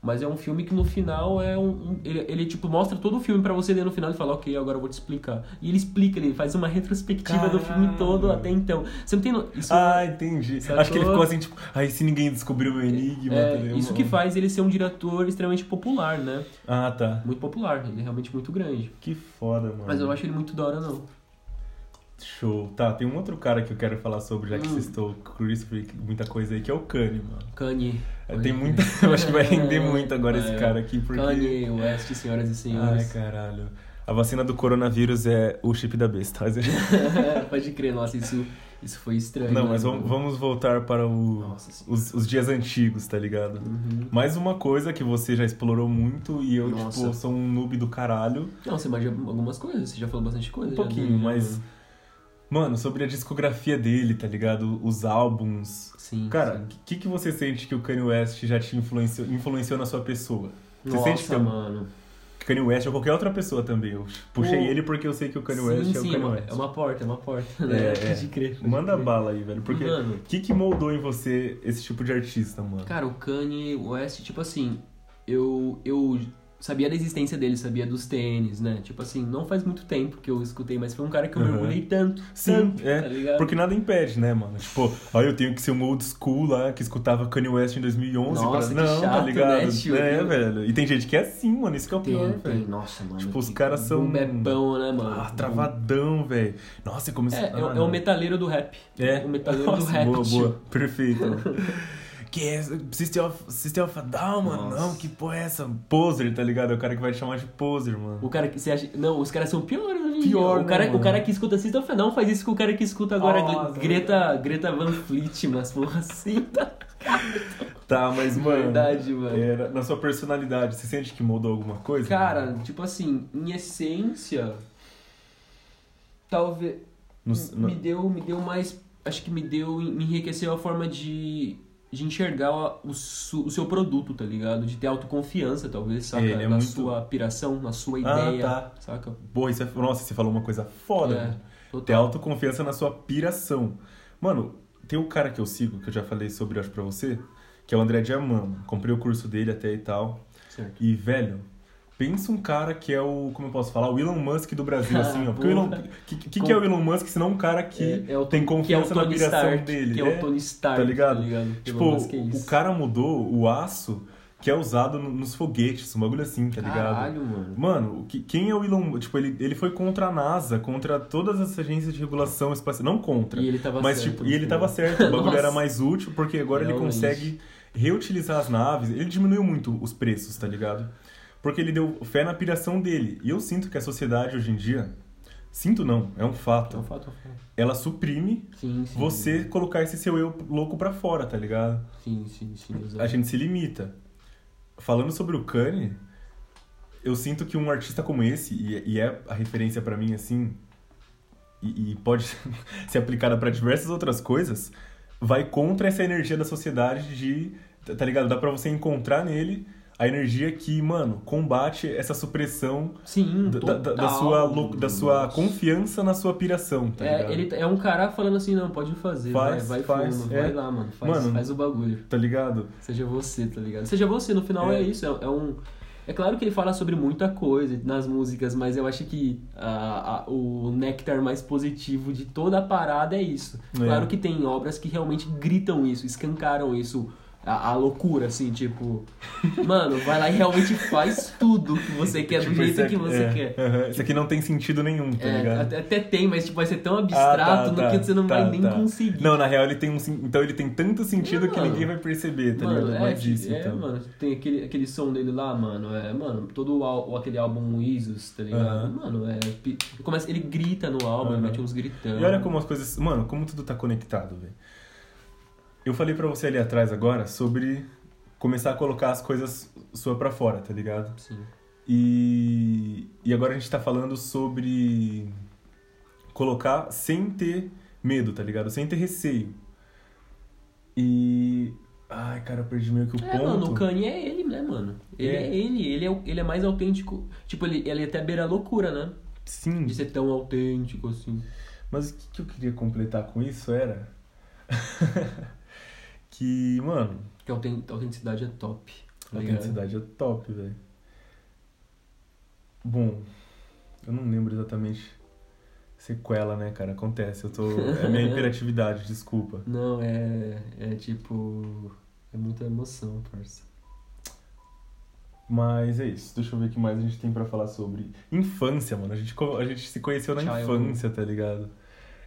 S1: Mas é um filme que no final é um. um- ele, ele, tipo mostra todo o filme pra você ler no final e fala, ok, agora eu vou te explicar. E ele explica, ele faz uma retrospectiva do filme todo
S2: Caralho.
S1: até então. Você não tem. no- Isso,
S2: Ah, entendi.
S1: Sacou?
S2: Acho que ele ficou assim, tipo, aí se ninguém descobriu o enigma. tá
S1: é,
S2: entendeu?
S1: isso que faz ele ser um diretor extremamente popular, né?
S2: Ah, tá.
S1: Muito popular, ele é realmente muito grande.
S2: Que foda, mano.
S1: Mas eu não acho ele muito da hora, não.
S2: Show. Tá, tem um outro cara que eu quero falar sobre, já que
S1: Hum.
S2: vocês estão Christopher, muita coisa aí, que é o Kanye, mano.
S1: Kanye.
S2: É, Tem muita. Eu acho que vai render muito agora esse
S1: É,
S2: cara aqui, porque.
S1: Kanye West, senhoras e
S2: Ai,
S1: senhores.
S2: caralho. A vacina do coronavírus é o chip da besta.
S1: Pode crer, nossa, isso, isso foi estranho.
S2: Não,
S1: né?
S2: mas vamos, vamos voltar para o,
S1: Nossa senhora.
S2: os, os dias antigos, tá ligado?
S1: Uhum.
S2: Mais uma coisa que você já explorou muito e eu,
S1: Nossa.
S2: tipo, sou um noob do caralho.
S1: Não, você manja algumas coisas, você já falou bastante coisa.
S2: Um
S1: já,
S2: pouquinho,
S1: né?
S2: mas. Mano, sobre a discografia dele, tá ligado? Os álbuns.
S1: Sim.
S2: Cara, o
S1: sim.
S2: que, que você sente que o Kanye West já te influenciou, influenciou na sua pessoa? Você
S1: nossa,
S2: sente que é um-
S1: mano.
S2: Kanye West ou qualquer outra pessoa também. Eu puxei
S1: O-
S2: ele porque eu sei que o Kanye West
S1: sim,
S2: é o
S1: sim,
S2: Kanye
S1: uma-
S2: West.
S1: É uma porta, é uma porta.
S2: É,
S1: Né?
S2: é.
S1: Pode crer. pode
S2: Manda
S1: crer.
S2: bala aí, velho. Porque o
S1: Mano,
S2: que, que moldou em você esse tipo de artista, mano?
S1: cara, o Kanye West, tipo assim, eu, eu sabia da existência dele, sabia dos tênis, né? Tipo assim, não faz muito tempo que eu escutei, mas foi um cara que eu
S2: Uhum.
S1: mergulhei tanto.
S2: Sim,
S1: tanto,
S2: é.
S1: Tá ligado?
S2: Porque nada impede, né, mano? Tipo, aí eu tenho que ser um old school lá que escutava Kanye West em 2011. pra-
S1: Nossa, que
S2: Não, tá
S1: chato,
S2: ligado?
S1: né, tio?
S2: é, velho. E tem gente que é assim, mano. Isso que é o pior,
S1: Tem, tem.
S2: velho.
S1: Nossa, mano.
S2: Tipo, os
S1: que
S2: caras são-
S1: bumbepão, né, mano?
S2: Ah, travadão, velho. Nossa, como
S1: É, é,
S2: ah,
S1: o- é
S2: não.
S1: o metaleiro do rap.
S2: É.
S1: O metaleiro do
S2: Nossa,
S1: rap.
S2: Boa,
S1: tio.
S2: boa. Perfeito. que é System of, System of a Down, mano?
S1: Nossa.
S2: Não, que porra é essa? Poser, tá ligado? É o cara que vai te chamar de poser, mano.
S1: O cara que você acha. Não, os caras são piores hoje em dia.
S2: Pior,
S1: O cara,
S2: né,
S1: o cara
S2: mano?
S1: que escuta System of a Down faz isso com o cara que escuta agora
S2: Nossa,
S1: Gre- Greta, Greta Van Fleet, mas porra assim, tá?
S2: Tá, mas, mano.
S1: Verdade, mano.
S2: era- na sua personalidade, você sente que mudou alguma coisa?
S1: Cara,
S2: mano?
S1: tipo assim, em essência. Talvez.
S2: No-
S1: me
S2: no-
S1: deu me deu mais acho que me deu me enriqueceu a forma de de enxergar a- o, su- o seu produto tá ligado de ter autoconfiança talvez saca
S2: Ele é
S1: na
S2: muito-
S1: sua piração na sua
S2: Ah,
S1: ideia
S2: tá.
S1: saca
S2: Boa, isso é- nossa, você falou uma coisa foda.
S1: É,
S2: mano.
S1: total.
S2: Ter autoconfiança na sua piração. Mano, tem um cara que eu sigo, que eu já falei sobre, acho, pra você, que é o André Diamant. Comprei o curso dele até e tal.
S1: certo
S2: E, velho, Pensa um cara que é o, como eu posso falar, o Elon Musk do Brasil,
S1: Ah,
S2: assim, ó. Porque o Elon,
S1: porra.
S2: que, que, que é o Elon Musk se não um cara que
S1: É- é o-
S2: tem
S1: que é o
S2: confiança na
S1: Tony
S2: admiração
S1: Stark,
S2: dele?
S1: que é,
S2: É.
S1: o Tony Stark,
S2: tá ligado?
S1: Elon
S2: Tipo,
S1: Musk é
S2: o
S1: isso.
S2: cara mudou o aço que é usado no- nos foguetes, um bagulho assim, tá ligado?
S1: Caralho, mano.
S2: Mano, o que- quem é o Elon Musk? Tipo, ele, ele foi contra a NASA, contra todas as agências de regulação espacial. Não contra.
S1: E ele tava
S2: mas,
S1: Tá certo,
S2: tipo,
S1: no
S2: e ele
S1: final.
S2: tava certo. O bagulho era
S1: Nossa.
S2: mais útil, porque agora ele
S1: Realmente.
S2: consegue reutilizar as naves. Ele diminuiu muito os preços, tá ligado? Porque ele deu fé na piração dele. E eu sinto que a sociedade hoje em dia. Sinto não, é um
S1: É um
S2: fato.
S1: fato, é um fato.
S2: Ela suprime
S1: Sim, sim.
S2: você colocar esse seu eu louco pra fora, tá ligado?
S1: Sim, sim, sim. exato.
S2: a gente se limita. Falando sobre o Kanye, eu sinto que um artista como esse, e, e é a referência pra mim assim, e, e pode ser aplicada pra diversas outras coisas, vai contra essa energia da sociedade de. tá- Tá ligado? Dá pra você encontrar nele a energia que, mano, combate essa supressão
S1: Sim,
S2: da, da- da- da
S1: total,
S2: sua, lou- da sua
S1: mano.
S2: confiança na sua piração, tá ligado?
S1: É, ele é um cara falando assim, não, pode fazer,
S2: Faz,
S1: vai, vai
S2: faz,
S1: fundo,
S2: é.
S1: vai lá, mano, faz,
S2: Mano.
S1: faz o bagulho.
S2: Tá ligado?
S1: Seja você, tá ligado? Seja você, no final
S2: É.
S1: é, isso, é, é um... É claro que ele fala sobre muita coisa nas músicas, mas eu acho que ah, ah, o néctar mais positivo de toda a parada é isso.
S2: É.
S1: Claro que tem obras que realmente gritam isso, escancaram isso, a, a loucura, assim, tipo... mano, vai lá e realmente faz tudo que você quer, do
S2: Tipo,
S1: jeito
S2: isso aqui-
S1: que você
S2: é,
S1: quer.
S2: aham, isso aqui não tem sentido nenhum, tá
S1: É,
S2: ligado?
S1: até, até tem, mas tipo, vai ser tão abstrato
S2: Ah, tá,
S1: no
S2: tá,
S1: que você não
S2: tá,
S1: vai nem
S2: tá.
S1: conseguir.
S2: Não, na real ele tem um. sen- Então ele tem tanto sentido
S1: É,
S2: que
S1: mano.
S2: ninguém vai perceber, tá
S1: mano,
S2: ligado?
S1: é,
S2: Mas
S1: que-
S2: isso,
S1: é,
S2: então.
S1: mano, tem aquele, aquele som dele lá, mano, é, mano, todo o, al- aquele álbum Isus, tá ligado?
S2: Aham.
S1: Mano, é, pi- começa, ele grita no álbum,
S2: Aham.
S1: ele mete uns gritando.
S2: E olha como as coisas. Mano, como tudo tá conectado, velho. Eu falei pra você ali atrás agora sobre começar a colocar as coisas sua pra fora, tá ligado?
S1: Sim.
S2: E, e agora a gente tá falando sobre colocar sem ter medo, tá ligado? Sem ter receio. E. Ai, cara, eu perdi meio que o
S1: É,
S2: ponto.
S1: mano, o Kanye é ele, né, mano? Ele
S2: É.
S1: é, ele, ele é, o- ele é mais autêntico. Tipo, ele, ele até beira a loucura, né?
S2: Sim.
S1: De ser tão autêntico assim.
S2: Mas o que, que eu queria completar com isso era. que, mano,
S1: Que a autent- a autenticidade é top.
S2: a
S1: Tá ligado?
S2: autenticidade é top, velho. Bom, eu não lembro exatamente. Sequela, né, cara? Acontece. Eu tô. É minha hiperatividade, desculpa.
S1: Não, é. É tipo. É muita emoção, parça.
S2: Mas é isso. Deixa eu ver o que mais a gente tem pra falar sobre. Infância, mano. A gente, co- a gente se conheceu na
S1: Child.
S2: infância, tá ligado?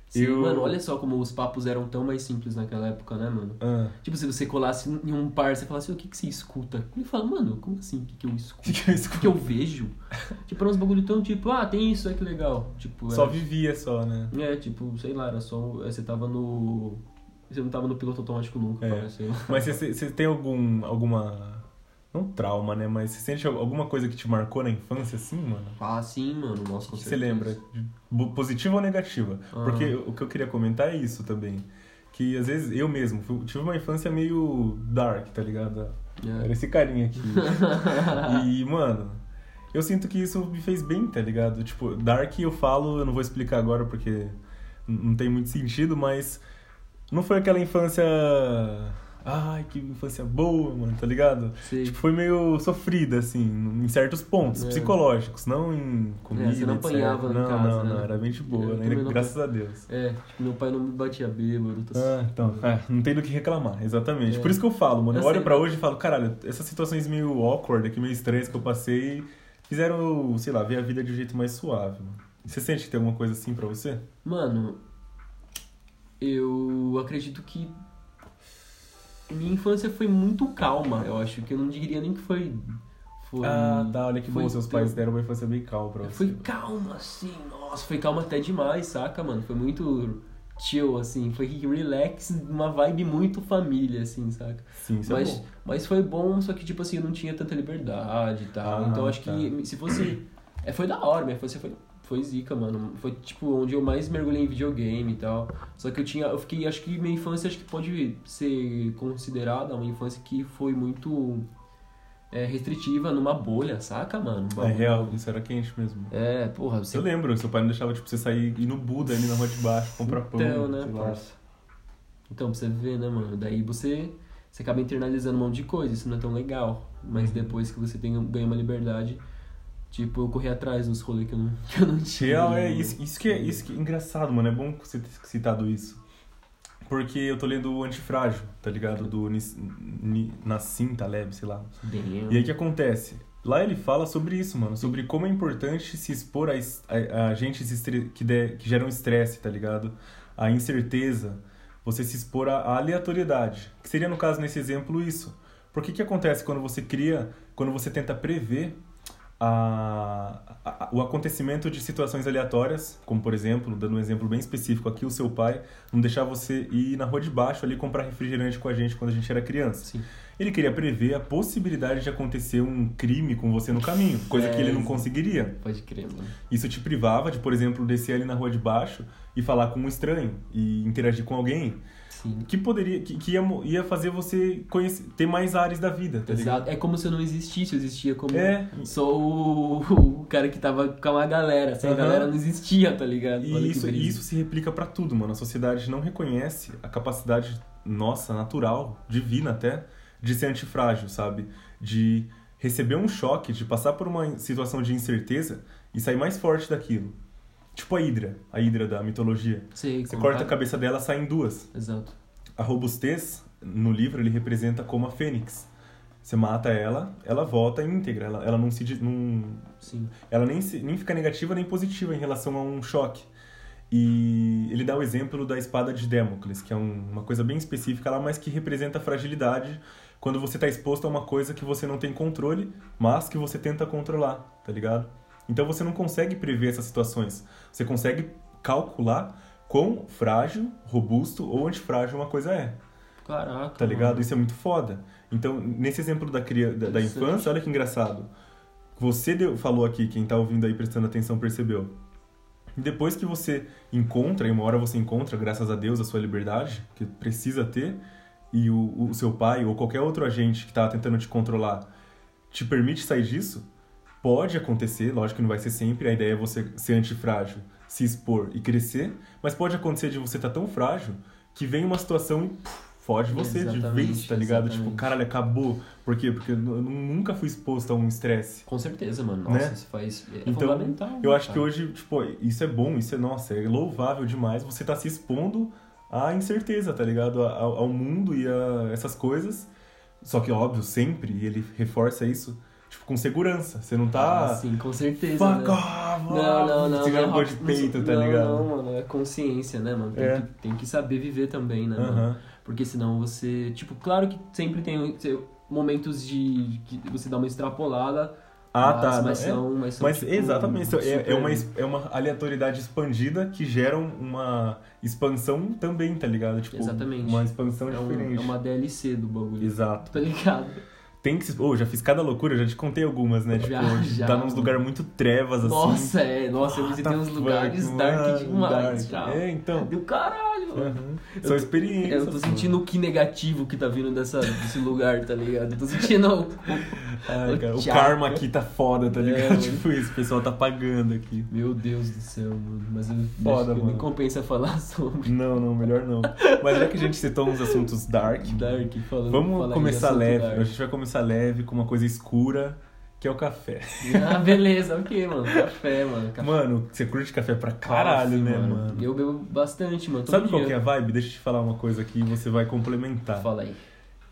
S1: Sim,
S2: Eu-
S1: mano, olha só como os papos eram tão mais simples naquela época, né, mano?
S2: Ah.
S1: Tipo, se você colasse em um par, você falasse, o que, que você escuta? Ele fala, mano, como assim? O que, que eu
S2: O
S1: escuto?
S2: que, que eu
S1: O
S2: escuto?
S1: que eu vejo? tipo, era uns bagulho tão tipo, ah, tem isso, é que legal. Tipo,
S2: Só
S1: era-
S2: vivia só, né?
S1: É, tipo, sei lá, era só. Você tava no. Você não tava no piloto automático nunca,
S2: É.
S1: parece.
S2: Mas você- você tem algum. alguma. Não trauma, né? Mas você sente al- alguma coisa que te marcou na infância, assim, mano?
S1: Ah, sim, mano, nossa,
S2: Que
S1: com
S2: você
S1: certeza.
S2: lembra? De- bo- Positiva ou negativa?
S1: Ah.
S2: Porque o que eu queria comentar é isso também. Que às vezes eu mesmo fui- tive uma infância meio dark, tá ligado? Era
S1: É.
S2: esse carinha aqui. e, mano, eu sinto que isso me fez bem, tá ligado? Tipo, Dark eu falo, eu não vou explicar agora porque n- não tem muito sentido, mas não foi aquela infância. Ai, que infância boa, mano, tá ligado?
S1: Sei.
S2: Tipo, foi meio sofrida, assim, em certos pontos,
S1: É.
S2: psicológicos, não em comida.
S1: É, você não
S2: etc.
S1: apanhava em
S2: Não,
S1: casa,
S2: não, não,
S1: né?
S2: era bem de boa,
S1: Eu
S2: né?
S1: também não-
S2: graças a Deus.
S1: É, tipo, meu pai não me batia bêbado. Tá...
S2: Ah, então, é, não tem do que reclamar, exatamente.
S1: É.
S2: Por isso que eu falo, mano. Eu,
S1: Eu
S2: olho
S1: sei.
S2: pra hoje e falo, caralho, essas situações meio awkward aqui, meio estranhas que eu passei, fizeram, eu, sei lá, ver a vida de um jeito mais suave, mano. Você sente que tem alguma coisa assim pra você?
S1: Mano, eu acredito que minha infância foi muito calma, eu acho. Que eu não diria nem que foi. foi
S2: Ah, tá, olha que
S1: foi
S2: bom, seus
S1: tão-
S2: pais deram uma infância bem calma pra você.
S1: Foi calma, assim, nossa, foi calma até demais, saca, mano? Foi muito chill, assim, foi relax, uma vibe muito família, assim, saca?
S2: Sim, isso é
S1: Mas,
S2: bom.
S1: mas foi bom, só que, tipo assim, eu não tinha tanta liberdade e tal.
S2: Ah,
S1: então, acho
S2: tá.
S1: que se fosse... É, foi da hora, minha infância foi, foi zica, mano. Foi, tipo, onde eu mais mergulhei em videogame e tal. Só que eu tinha... Eu fiquei... Acho que minha infância acho que pode ser considerada uma infância que foi muito... é, restritiva numa bolha, saca, mano? Um
S2: É
S1: bagulho-
S2: real, isso era quente mesmo.
S1: É, porra, você
S2: Eu lembro, seu pai não deixava, tipo, você sair ir no Buda ali na rua de baixo, comprar pão,
S1: Então, né,
S2: sei lá.
S1: parça? Então, pra você ver, né, mano? Daí você, você acaba internalizando um monte de coisa, isso não é tão legal. Mas
S2: Uhum.
S1: depois que você tem, ganha uma liberdade, Tipo, eu corri atrás dos rolês que eu não, que eu não tinha.
S2: Real, é
S1: né?
S2: isso, isso que é isso que é engraçado, mano. É bom você ter citado isso. Porque eu tô lendo o Antifrágil, tá ligado? Do Nis- Ni- Nassim Taleb, sei lá.
S1: Damn.
S2: E aí o que acontece? Lá ele fala sobre isso, mano. Sobre como é importante se expor a, es- a, a gente se estre- que, der, que gera um estresse, tá ligado? A incerteza. Você se expor à à aleatoriedade. Que seria, no caso, nesse exemplo, isso. Por que que acontece quando você cria... Quando você tenta prever a, a- a- o acontecimento de situações aleatórias, como por exemplo, dando um exemplo bem específico aqui, o seu pai não deixar você ir na rua de baixo ali comprar refrigerante com a gente quando a gente era criança.
S1: Sim.
S2: Ele queria prever a possibilidade de acontecer um crime com você no caminho, coisa
S1: É,
S2: que ele não
S1: sim.
S2: conseguiria.
S1: Pode crer, mano.
S2: Isso te privava de, por exemplo, descer ali na rua de baixo e falar com um estranho e interagir com alguém
S1: Sim.
S2: que poderia que, que ia, mo- ia fazer você conhecer, ter mais áreas da vida, tá ligado?
S1: Exato. É como se eu não existisse, eu existia como.
S2: É.
S1: Só o, o cara que tava com a galera. Sem a
S2: Aham.
S1: galera não existia, tá ligado? Olha que
S2: E isso,
S1: brisa.
S2: isso se replica pra tudo, mano. A sociedade não reconhece a capacidade nossa, natural, divina até, de ser antifrágil, sabe? De receber um choque, de passar por uma situação de incerteza e sair mais forte daquilo. Tipo a Hidra, a Hidra da mitologia.
S1: Sei,
S2: Você
S1: como
S2: corta a
S1: tá?
S2: cabeça dela, sai em duas.
S1: Exato.
S2: A robustez, no livro, ele representa como a fênix. Você mata ela, ela volta íntegra, ela, ela não se de- não,
S1: Sim.
S2: ela nem, se- nem fica negativa nem positiva em relação a um choque. E ele dá o exemplo da espada de Damocles, que é um- uma coisa bem específica lá, mas que representa a fragilidade quando você está exposto a uma coisa que você não tem controle, mas que você tenta controlar, tá ligado? Então você não consegue prever essas situações. Você consegue calcular quão frágil, robusto ou antifrágil uma coisa é
S1: Caraca.
S2: tá ligado?
S1: mano.
S2: Isso é muito foda. Então, nesse exemplo da, cria, da, da
S1: Interessante.
S2: infância, olha que engraçado. Você deu- falou aqui, quem tá ouvindo aí prestando atenção percebeu. Depois que você encontra, e uma hora você encontra, graças a Deus, a sua liberdade, que precisa ter, e o, o seu pai ou qualquer outro agente que tá tentando te controlar te permite sair disso, pode acontecer, lógico que não vai ser sempre, a ideia é você ser antifrágil, se expor e crescer, mas pode acontecer de você estar tão frágil que vem uma situação e puf, foge você de vez,
S1: Exatamente,
S2: tá ligado? Tipo,
S1: exatamente.
S2: caralho, acabou. Por quê? Porque eu nu- eu nunca fui exposto a um estresse.
S1: Com certeza, mano. Nossa,
S2: Né?
S1: isso faz. É
S2: Então,
S1: fundamental.
S2: Eu
S1: né,
S2: acho que
S1: cara?
S2: hoje, tipo, isso é bom, isso é, nossa, é louvável demais. Você tá se expondo à incerteza, tá ligado? A- Ao, ao mundo e a essas coisas. Só que, óbvio, sempre, e ele reforça isso, tipo, com segurança. Você não
S1: Ah,
S2: tá.
S1: sim, com certeza.
S2: Fuck
S1: né?
S2: off!
S1: Não, não, não.
S2: Você
S1: não,
S2: gravou de
S1: não,
S2: peito, tá
S1: não,
S2: ligado?
S1: Não, mano, é consciência, né, mano? Tem,
S2: É.
S1: que, tem que saber viver também, né, mano?
S2: Aham.
S1: Porque senão você. Tipo, claro que sempre tem seu- momentos de. que você dá uma extrapolada.
S2: Ah,
S1: mas,
S2: tá.
S1: Mas
S2: não, é.
S1: são. Mas, são,
S2: Mas
S1: tipo,
S2: exatamente, isso. é, é
S1: super-
S2: uma, es- é uma aleatoriedade expandida que gera um, uma expansão também, tá ligado? Tipo,
S1: Exatamente.
S2: uma expansão
S1: é, um,
S2: diferente.
S1: é uma DLC do bagulho.
S2: Exato.
S1: Tá ligado?
S2: Tem que se. Ô, já fiz cada loucura, já te contei algumas, né?
S1: Já,
S2: tipo, de
S1: já,
S2: tá num lugar muito trevas, assim.
S1: Nossa, é. Nossa, eu
S2: What
S1: visitei
S2: the
S1: uns
S2: fuck,
S1: lugares dark
S2: mano,
S1: demais.
S2: dark.
S1: Já.
S2: É, então.
S1: Do caralho, mano.
S2: Aham. São
S1: Eu tô-
S2: experiências.
S1: Eu tô sentindo o que negativo que tá vindo dessa, desse lugar, tá ligado? Eu tô sentindo o- o-
S2: mano. Ai, cara, o
S1: Tchau.
S2: karma aqui tá foda, tá
S1: É,
S2: ligado?
S1: mano.
S2: tipo isso, o pessoal tá pagando aqui.
S1: Meu Deus do céu, mano. Mas eu
S2: Foda,
S1: acho que
S2: mano.
S1: nem compensa falar sobre
S2: Não, não, melhor não. Mas já que a gente citou uns assuntos dark,
S1: Dark. Falando, falar
S2: vamos
S1: de
S2: começar
S1: assunto
S2: leve.
S1: dark.
S2: A gente vai começar leve com uma coisa escura, que é o café.
S1: Ah, beleza, ok, mano. Café, mano. Café.
S2: Mano, você curte café pra
S1: Coffee,
S2: caralho, né, mano?
S1: Eu bebo bastante, mano. todo
S2: Sabe qual
S1: dia.
S2: que é a vibe? Deixa eu te falar uma coisa aqui e você vai complementar.
S1: Fala aí.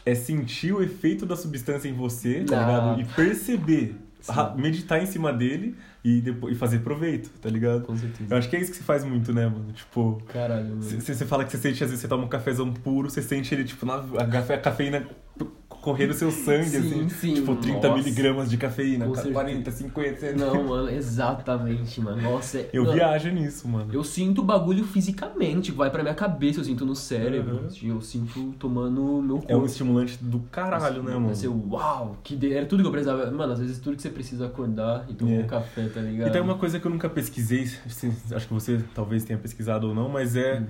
S2: é sentir o efeito da substância em você, tá
S1: Ah.
S2: ligado? E perceber,
S1: Sim.
S2: ra- meditar em cima dele e depois e fazer proveito, tá ligado?
S1: Com
S2: Eu
S1: certeza.
S2: acho que é isso que você faz muito, né, mano? Tipo,
S1: Caralho, mano.
S2: você fala que você sente, às vezes você toma um cafezão puro, você sente ele, tipo, na, a, cafe, a cafeína p- correr no seu sangue,
S1: Sim,
S2: assim.
S1: sim,
S2: tipo, 30
S1: nossa.
S2: miligramas de cafeína,
S1: Com
S2: ca-
S1: certeza.
S2: 40, 50.
S1: Não, mano, exatamente, mano. Nossa, é-
S2: Eu
S1: mano,
S2: viajo nisso, mano.
S1: Eu sinto o bagulho fisicamente, vai pra minha cabeça, eu sinto no cérebro, assim,
S2: Uhum.
S1: eu sinto tomando meu corpo. Assim,
S2: É um estimulante do caralho, né, mano?
S1: Vai ser uau, que de... era tudo que eu precisava. Mano, às vezes tudo que você precisa acordar e tomar
S2: É.
S1: um café, tá ligado?
S2: E tem uma coisa que eu nunca pesquisei, se- acho que você talvez tenha pesquisado ou não, mas é
S1: Hum.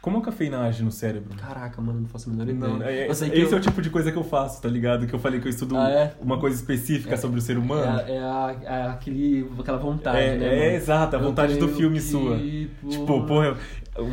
S2: Como a cafeína age no cérebro?
S1: Caraca, mano, não faço a menor ideia.
S2: Não, é-
S1: eu sei que
S2: esse
S1: eu-
S2: é o tipo de coisa que eu faço, tá ligado? Que eu falei que eu estudo
S1: Ah, é?
S2: uma coisa específica sobre o ser humano.
S1: é, é a- é aquele, aquela vontade,
S2: É,
S1: né?
S2: é
S1: mano?
S2: exato, a
S1: Eu
S2: vontade do
S1: creio
S2: filme
S1: que,
S2: sua. Tipo, porra,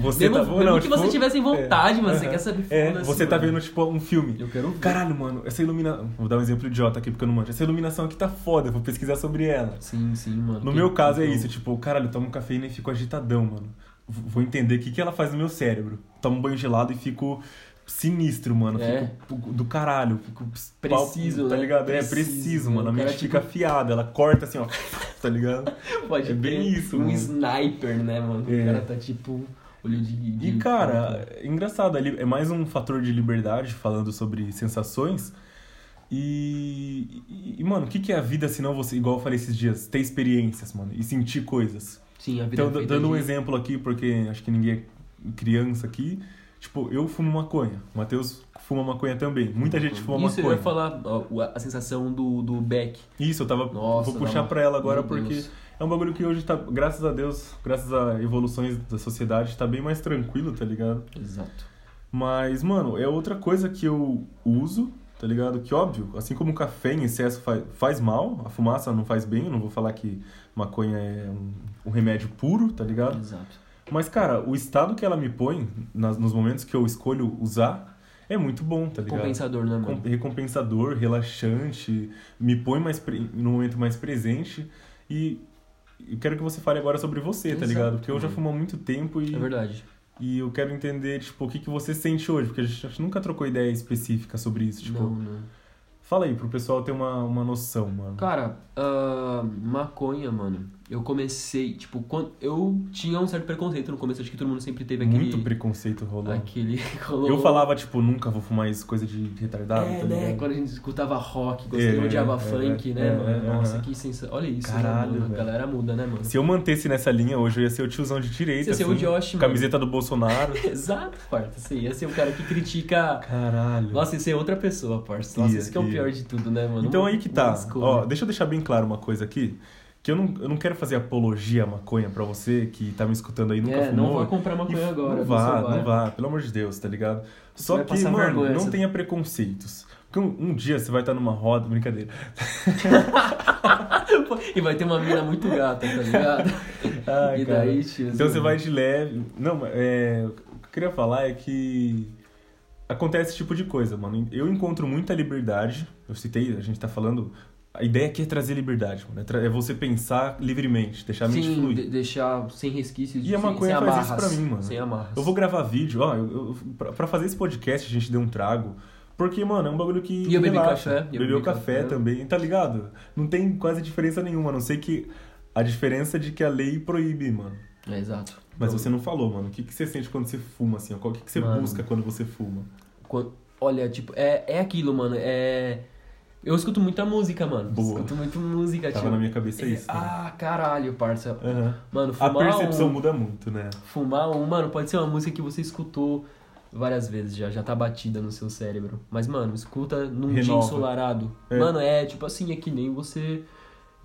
S2: você
S1: Mesmo,
S2: tá bom,
S1: mesmo
S2: não,
S1: que
S2: tipo,
S1: você tivesse vontade, mano, você
S2: aham.
S1: quer saber
S2: É,
S1: foda-se,
S2: você tá
S1: mano.
S2: vendo, tipo, um filme.
S1: Eu quero ver.
S2: Caralho, mano, essa iluminação. Vou dar um exemplo idiota aqui porque eu não manjo. Essa iluminação aqui tá foda, eu vou pesquisar sobre ela.
S1: Sim, sim, mano.
S2: No
S1: Tem-
S2: meu caso é
S1: tem-
S2: isso, tipo, caralho, eu tomo cafeína e fico agitadão, mano. V- Vou entender o que, que ela faz no meu cérebro. Tomo banho gelado e fico sinistro, mano.
S1: É.
S2: Fico pu- do caralho. Fico
S1: Preciso,
S2: tá
S1: né?
S2: ligado? É,
S1: Preciso,
S2: preciso, mano. A
S1: o cara,
S2: mente fica
S1: tipo-
S2: afiada, ela corta assim, ó, tá ligado?
S1: Pode
S2: É
S1: ter
S2: bem isso,
S1: um
S2: mano.
S1: sniper, né, mano?
S2: É.
S1: O cara tá tipo olho de.
S2: E
S1: de-
S2: cara, é engraçado, ali é mais um fator de liberdade falando sobre sensações. E, e- e, mano, o que, que é a vida se não você, igual eu falei esses dias, ter experiências, mano, e sentir coisas?
S1: Sim, a vida
S2: Então,
S1: é feita
S2: dando um
S1: de-
S2: exemplo aqui, porque acho que ninguém é criança aqui. Tipo, eu fumo maconha. O Matheus fuma maconha também. Muita gente fuma
S1: Isso eu
S2: maconha.
S1: ia falar ó, a, a sensação do, do Beck.
S2: Isso, eu tava.
S1: Nossa,
S2: vou
S1: dá
S2: puxar
S1: uma-
S2: pra ela agora
S1: Meu
S2: porque
S1: Deus.
S2: é um bagulho que hoje tá, graças a Deus, graças a evoluções da sociedade, tá bem mais tranquilo, tá ligado?
S1: Exato.
S2: Mas, mano, é outra coisa que eu uso, tá ligado? Que óbvio, assim como o café em excesso faz, faz mal, a fumaça não faz bem, eu não vou falar que maconha é um, um remédio puro, tá ligado?
S1: Exato.
S2: Mas, cara, o estado que ela me põe nas, nos momentos que eu escolho usar é muito bom, tá ligado?
S1: Compensador, né,
S2: Com-
S1: mano?
S2: Recompensador, relaxante, me põe mais pre- no momento mais presente e eu quero que você fale agora sobre você, tá
S1: Exato,
S2: ligado? Porque eu já
S1: mano.
S2: fumo há muito tempo e,
S1: É verdade.
S2: e eu quero entender, tipo, o que, que você sente hoje, porque a gente, a gente nunca trocou ideia específica sobre isso, tipo...
S1: Não, não.
S2: Fala aí, pro pessoal ter uma, uma noção, mano.
S1: Cara, ah, maconha, mano. Eu comecei, tipo, quando eu tinha um certo preconceito no começo, acho que todo mundo sempre teve aquele.
S2: Muito preconceito rolou.
S1: aquele
S2: Eu falava, tipo, nunca vou fumar isso, coisa de retardado,
S1: É,
S2: tá
S1: né?
S2: ligado?
S1: Quando a gente escutava rock, quando
S2: É,
S1: eu odiava
S2: é,
S1: funk,
S2: é,
S1: né,
S2: é,
S1: mano?
S2: é,
S1: Nossa,
S2: é.
S1: que sensação. Olha isso,
S2: Caralho,
S1: né, mano?
S2: velho.
S1: A galera muda, né, mano?
S2: Se eu mantesse nessa linha hoje, eu ia ser o tiozão de direita.
S1: Você ia ser o
S2: assim,
S1: Josh, mano.
S2: Camiseta do Bolsonaro.
S1: Exato, parça. Você ia ser o cara que critica.
S2: Caralho.
S1: Nossa, isso é outra pessoa, parça. Nossa,
S2: Ia,
S1: isso que é o
S2: ia.
S1: pior de tudo, né, mano?
S2: então
S1: Uma-
S2: aí que
S1: uma
S2: tá.
S1: escolha.
S2: Ó, deixa eu deixar bem claro uma coisa aqui. Que eu não, eu não quero fazer apologia à maconha pra você que tá me escutando aí e nunca
S1: é,
S2: fumou.
S1: não vai comprar maconha
S2: E
S1: agora.
S2: Não
S1: viu,
S2: vá,
S1: seu
S2: não
S1: bar?
S2: vá, pelo amor de Deus, tá ligado? Só
S1: vai
S2: que,
S1: passar
S2: mano,
S1: vergonha,
S2: não
S1: você-
S2: tenha preconceitos. Porque um, um dia você vai estar numa roda, brincadeira.
S1: e vai ter uma mina muito gata, tá ligado?
S2: Ai,
S1: e
S2: cara.
S1: daí, tio. assim,
S2: Então você vai de leve. Não, é, o que eu queria falar é que acontece esse tipo de coisa, mano. Eu encontro muita liberdade. Eu citei, a gente tá falando. A ideia aqui é trazer liberdade, mano. É tra- É você pensar livremente, deixar a mente
S1: Sim,
S2: fluir.
S1: de- deixar sem resquícios
S2: E
S1: de-
S2: a maconha
S1: sem
S2: faz isso
S1: amarras,
S2: pra mim, mano.
S1: Sem amarras.
S2: Eu vou gravar vídeo, ó, eu, eu, pra, pra fazer esse podcast a gente deu um trago. Porque, mano, é um bagulho que.
S1: E eu bebi
S2: relaxa.
S1: café, e eu
S2: Bebeu
S1: bebi
S2: café,
S1: café.
S2: também, tá ligado? Não tem quase diferença nenhuma, a não sei que. A diferença é de que a lei proíbe, mano.
S1: É, exato.
S2: Mas
S1: Então,
S2: você não falou, mano. O que, que você sente quando você fuma, assim? ó? Qual o que, que você
S1: Mano.
S2: busca quando você fuma?
S1: Quan- Olha, tipo, é, é aquilo, mano. É. Eu escuto muita música, mano.
S2: Boa.
S1: Escuto muito música,
S2: Tava
S1: tipo.
S2: na minha cabeça
S1: É,
S2: isso. né?
S1: Ah, caralho, parça.
S2: Aham.
S1: Mano,
S2: A
S1: fumar
S2: percepção
S1: um,
S2: muda muito, né?
S1: fumar um, mano, pode ser uma música que você escutou várias vezes já, já tá batida no seu cérebro. Mas, mano, escuta num dia
S2: Renova.
S1: ensolarado.
S2: É.
S1: Mano, é tipo assim, é que nem você.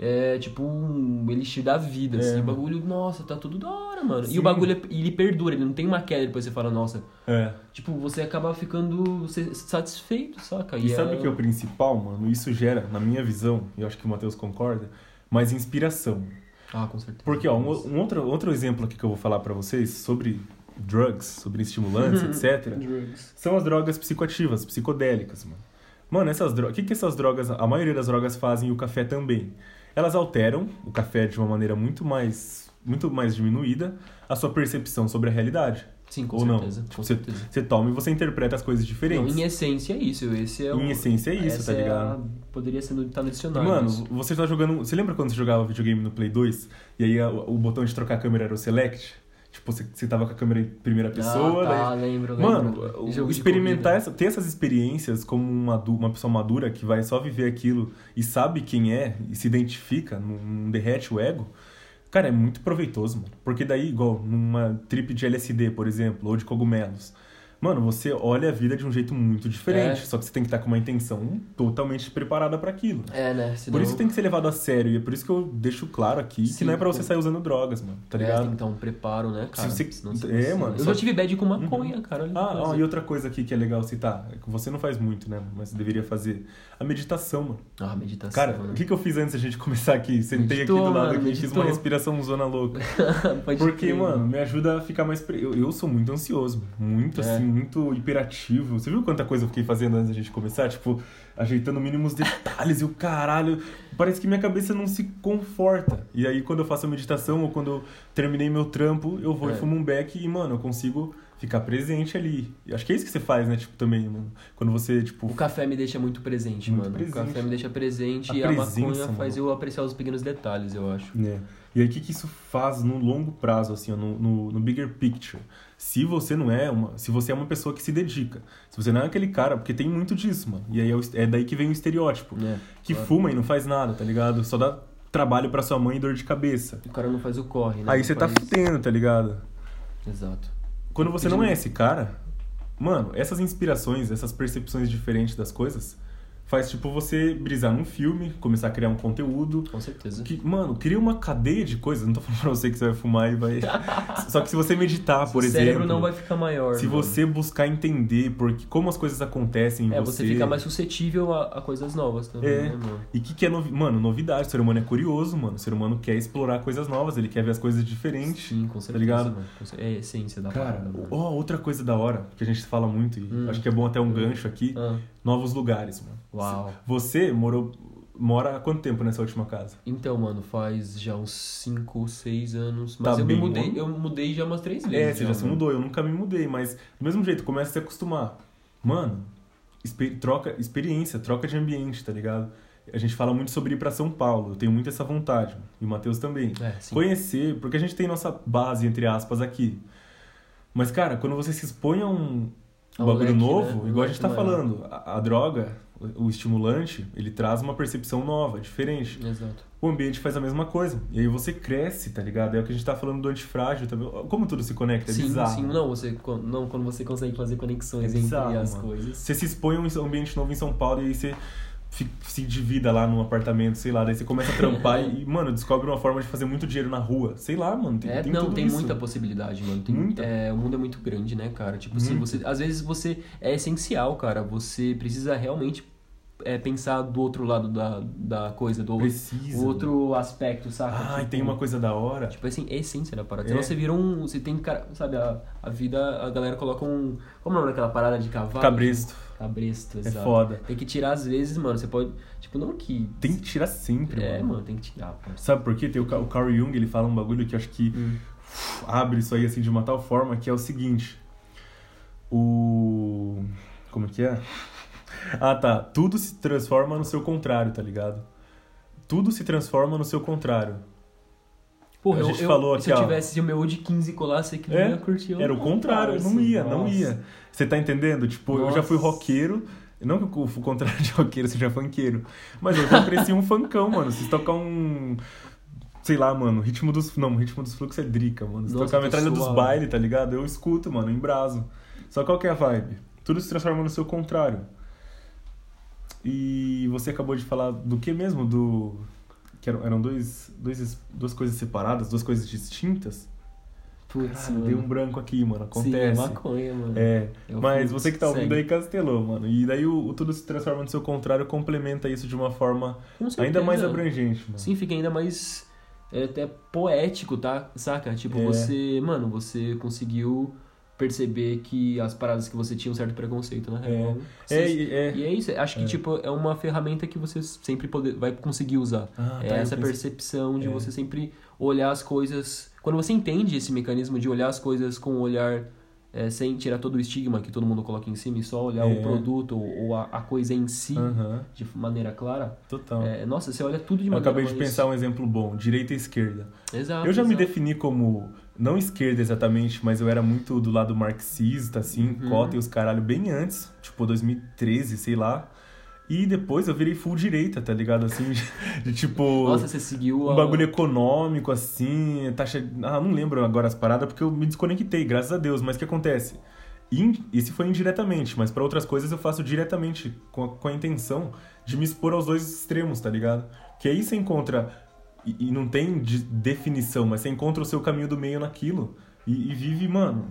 S1: É tipo um elixir da vida,
S2: É,
S1: assim. O
S2: mano.
S1: bagulho, nossa, tá tudo da hora, mano. E
S2: Sim.
S1: o bagulho, é- ele perdura, ele não tem uma queda depois você fala, nossa.
S2: É.
S1: Tipo, você acaba ficando se- satisfeito, saca?
S2: E sabe
S1: é-
S2: o que é o principal, mano? Isso gera, na minha visão, e eu acho que o Matheus concorda, mais inspiração.
S1: Ah, com certeza.
S2: Porque, ó, um, um outro, outro exemplo aqui que eu vou falar pra vocês sobre drugs, sobre estimulantes,
S1: Uhum.
S2: etc.,
S1: Drugs.
S2: são as drogas psicoativas, psicodélicas, mano. Mano, essas drogas. O que, que essas drogas. A maioria das drogas fazem e o café também. Elas alteram o café de uma maneira muito mais. muito mais diminuída a sua percepção sobre a realidade.
S1: Sim, com
S2: Ou não.
S1: certeza.
S2: Tipo,
S1: Com
S2: você-
S1: certeza.
S2: Você toma e você interpreta as coisas diferentes.
S1: Não, em essência é isso. Esse é o...
S2: Em essência é isso,
S1: essa
S2: tá ligado?
S1: a- Poderia ser no, tá no
S2: E,
S1: dicionário.
S2: Mano,
S1: isso.
S2: você tá jogando. Você lembra quando você jogava videogame no Play 2? E aí a- o botão de trocar a câmera era o Select? Tipo, você, você tava com a câmera em primeira pessoa.
S1: Ah, tá,
S2: daí-
S1: lembro, lembro.
S2: Mano, o-
S1: Jogo de
S2: experimentar,
S1: corrida.
S2: essa, ter essas experiências como uma, adu- uma pessoa madura que vai só viver aquilo e sabe quem é e se identifica, não, não derrete o ego. Cara, é muito proveitoso, mano. Porque daí, igual numa trip de LSD, por exemplo, ou de cogumelos. Mano, você olha a vida de um jeito muito diferente.
S1: É.
S2: Só que você tem que estar com uma intenção totalmente preparada para aquilo.
S1: É, né? Senão,
S2: Por isso que tem que ser levado a sério. E é por isso que eu deixo claro aqui que
S1: Sim,
S2: não é pra você
S1: pô.
S2: sair usando drogas, mano. Tá
S1: é,
S2: ligado?
S1: tem que dar um preparo, né, cara?
S2: você-
S1: Senão você
S2: é,
S1: não-
S2: mano,
S1: Eu
S2: só-
S1: já tive bad com maconha, cara. olha que
S2: Ah, ó,
S1: coisa.
S2: e outra coisa aqui que é legal citar, é que você não faz muito, né? Mas deveria fazer. A meditação, mano.
S1: Ah, meditação.
S2: Cara,
S1: né?
S2: o que, que eu fiz antes da gente começar aqui? Sentei aqui do
S1: Meditou,
S2: lado
S1: mano,
S2: aqui e fiz
S1: meditou.
S2: uma respiração zona louca.
S1: Pode
S2: Porque,
S1: crer.
S2: mano, me ajuda a ficar mais. pre- Eu, eu sou muito ansioso, mano. muito
S1: É.
S2: assim, muito hiperativo. Você viu quanta coisa eu fiquei fazendo antes da gente começar? Tipo, ajeitando mínimos detalhes e o caralho. Parece que minha cabeça não se conforta. E aí, quando eu faço a meditação ou quando eu terminei meu trampo, eu vou
S1: É.
S2: e fumo um beck e, mano, eu consigo ficar presente ali. E acho que é isso que você faz, né? Tipo, também, mano. Quando você, tipo.
S1: O café me deixa muito presente,
S2: Muito
S1: mano.
S2: presente.
S1: O café me deixa presente
S2: A
S1: e
S2: presença,
S1: a maconha
S2: mano.
S1: faz eu apreciar os pequenos detalhes, eu acho.
S2: né? E aí, o que, que isso faz no longo prazo, assim, ó, no, no, no bigger picture? Se você não é uma. Se você é uma pessoa que se dedica. Se você não é aquele cara, porque tem muito disso, mano. E aí é, o est- é daí que vem o estereótipo.
S1: Né?
S2: Que
S1: Claro.
S2: fuma e não faz nada, tá ligado? Só dá trabalho pra sua mãe e dor de cabeça.
S1: O cara não faz o corre, né?
S2: Aí
S1: Não
S2: você tá
S1: faz-
S2: fudendo, tá ligado?
S1: Exato.
S2: Quando você não é
S1: Entendi.
S2: esse cara, mano, essas inspirações, essas percepções diferentes das coisas, faz tipo você brisar num filme, começar a criar um conteúdo,
S1: Com certeza.
S2: que, mano, cria uma cadeia de coisas. Não tô falando pra você que você vai fumar e vai. Só que se você meditar, por
S1: o
S2: exemplo.
S1: cérebro não vai ficar maior.
S2: Se
S1: mano.
S2: você buscar entender porque, como as coisas acontecem em
S1: É,
S2: você.
S1: você fica mais suscetível a, a coisas novas também,
S2: É.
S1: né, mano?
S2: E o que, que é novi... Mano, novidade. O ser humano é curioso, mano. O ser humano quer explorar coisas novas, ele quer ver as coisas diferentes.
S1: Sim, com certeza.
S2: tá ligado?
S1: mano. Com cer- É a essência da
S2: Cara,
S1: parada. mano.
S2: ó, outra coisa da hora, que a gente fala muito, e
S1: Hum.
S2: acho que é bom até um gancho aqui:
S1: Ah,
S2: novos lugares, mano.
S1: uau.
S2: Você morou. Mora há quanto tempo nessa última casa?
S1: Então, mano, faz já uns 5, 6 anos. Mas
S2: Tá
S1: eu me
S2: bem
S1: mudei,
S2: bom.
S1: eu mudei já umas 3 vezes.
S2: É, você já se
S1: mano.
S2: mudou, eu nunca me mudei, mas do mesmo jeito, começa a se acostumar. Mano, expe- troca, experiência, troca de ambiente, tá ligado? A gente fala muito sobre ir pra São Paulo, eu tenho muito essa vontade, e o Matheus também.
S1: É, sim.
S2: Conhecer, porque a gente tem nossa base, entre aspas, aqui. Mas, cara, quando você se expõe a um
S1: A um
S2: bagulho
S1: leque,
S2: novo,
S1: né? Um
S2: igual a
S1: leque
S2: gente tá
S1: maior.
S2: falando, a, a droga, o, o estimulante, ele traz uma percepção nova, diferente
S1: Exato.
S2: o ambiente faz a mesma coisa. E aí você cresce, tá ligado? É o que a gente tá falando do antifrágil também. Como tudo se conecta, é
S1: sim,
S2: bizarro.
S1: sim. Não, você, quan- não, quando você consegue fazer conexões
S2: É
S1: entre
S2: bizarro,
S1: as
S2: mano.
S1: coisas.
S2: Você se expõe a um ambiente novo em São Paulo e aí você fi- se endivida lá num apartamento, sei lá, daí você começa a trampar e, mano, descobre uma forma de fazer muito dinheiro na rua. Sei lá, mano, tem,
S1: É,
S2: tem
S1: não,
S2: tudo
S1: tem
S2: isso.
S1: muita possibilidade, mano. Tem,
S2: Muita.
S1: é, o mundo é muito grande, né, cara? Tipo assim,
S2: Muito.
S1: você. Às vezes você. É essencial, cara. Você precisa realmente é, pensar do outro lado da, da coisa, do
S2: Precisa.
S1: o outro aspecto, saca?
S2: Ah, e
S1: Tipo,
S2: tem uma coisa da hora.
S1: Tipo assim, é a essência da parada.
S2: É.
S1: Senão você vira um. Você tem cara. Sabe, a, a vida, a galera coloca um. Como é o nome daquela parada de cavalo?
S2: Cabresto.
S1: Cabresto,
S2: É
S1: exato.
S2: foda.
S1: Tem que tirar às vezes, mano. Você pode. Tipo, não que.
S2: Tem que tirar sempre,
S1: É,
S2: mano.
S1: mano, tem que tirar, parça.
S2: Sabe por quê? Tem o, Ca- o Carl Jung, ele fala um bagulho que eu acho que abre isso aí assim de uma tal forma que é o seguinte. O. Como que é? Ah tá. Tudo se transforma no seu contrário, tá ligado? Tudo se transforma no seu contrário.
S1: Porra,
S2: A
S1: eu-
S2: gente
S1: eu,
S2: falou
S1: se
S2: aqui,
S1: eu
S2: ó.
S1: tivesse o meu de 15 colasse aqui,
S2: É,
S1: não ia curtir. eu
S2: Era o
S1: não,
S2: contrário,
S1: parça.
S2: não ia, não
S1: Nossa.
S2: ia. Você tá entendendo? Tipo, eu já
S1: Nossa.
S2: fui roqueiro. Não que o o contrário de roqueiro seja funkeiro. Mas eu já cresci um funkão, mano. Se tocar um. Sei lá, mano, ritmo dos. Não, ritmo dos fluxos é drica, mano. Se
S1: Nossa,
S2: tocar a
S1: tô
S2: metralha dos
S1: suave.
S2: baile, tá ligado? Eu escuto, mano, em braso. Só qual que é a vibe? Tudo se transforma no seu contrário. E você acabou de falar do que mesmo? Do. Que eram, eram dois, dois, duas coisas separadas, duas coisas distintas?
S1: Putz,
S2: Caralho,
S1: mano.
S2: dei um branco aqui, mano.
S1: Sim, é
S2: Acontece.
S1: maconha, mano.
S2: É,
S1: Eu
S2: mas
S1: fui-
S2: você que tá
S1: segue.
S2: ouvindo aí castelou, mano. E daí o, o Tudo se transforma no seu contrário complementa isso de uma forma
S1: Com
S2: ainda
S1: certeza.
S2: mais abrangente, mano.
S1: Sim, fica ainda mais é, até poético, tá? Saca? Tipo,
S2: É.
S1: você, mano, você conseguiu perceber que as paradas que você tinha um certo preconceito, na real.
S2: É,
S1: Você-
S2: e- é.
S1: E é isso, acho que
S2: É.
S1: tipo é uma ferramenta que você sempre poder, vai conseguir usar.
S2: Ah,
S1: é
S2: tá, eu
S1: essa
S2: pensei-
S1: percepção de
S2: É.
S1: você sempre olhar as coisas. Quando você entende esse mecanismo de olhar as coisas com um olhar é, sem tirar todo o estigma que todo mundo coloca em cima e só olhar
S2: É.
S1: o produto ou, ou a, a coisa em si
S2: Aham,
S1: de maneira clara,
S2: total.
S1: é, nossa, você olha tudo de
S2: eu
S1: maneira
S2: acabei de
S1: mais-
S2: pensar um exemplo bom, direita e esquerda.
S1: Exato.
S2: eu já me
S1: Ah, exato.
S2: defini como, não esquerda exatamente, mas eu era muito do lado marxista, assim,
S1: Uhum.
S2: cota e os caralho, bem antes, tipo 2013, sei lá. E depois eu virei full direita, tá ligado? Assim, de, de tipo...
S1: Nossa, você seguiu a...
S2: Um bagulho econômico, assim, taxa. Ah, não lembro agora as paradas, porque eu me desconectei, graças a Deus. Mas o que acontece? in- esse foi indiretamente, mas pra outras coisas eu faço diretamente, com a, com a intenção de me expor aos dois extremos, tá ligado? Que aí você encontra, e, e não tem de- definição, mas você encontra o seu caminho do meio naquilo e, e vive, mano,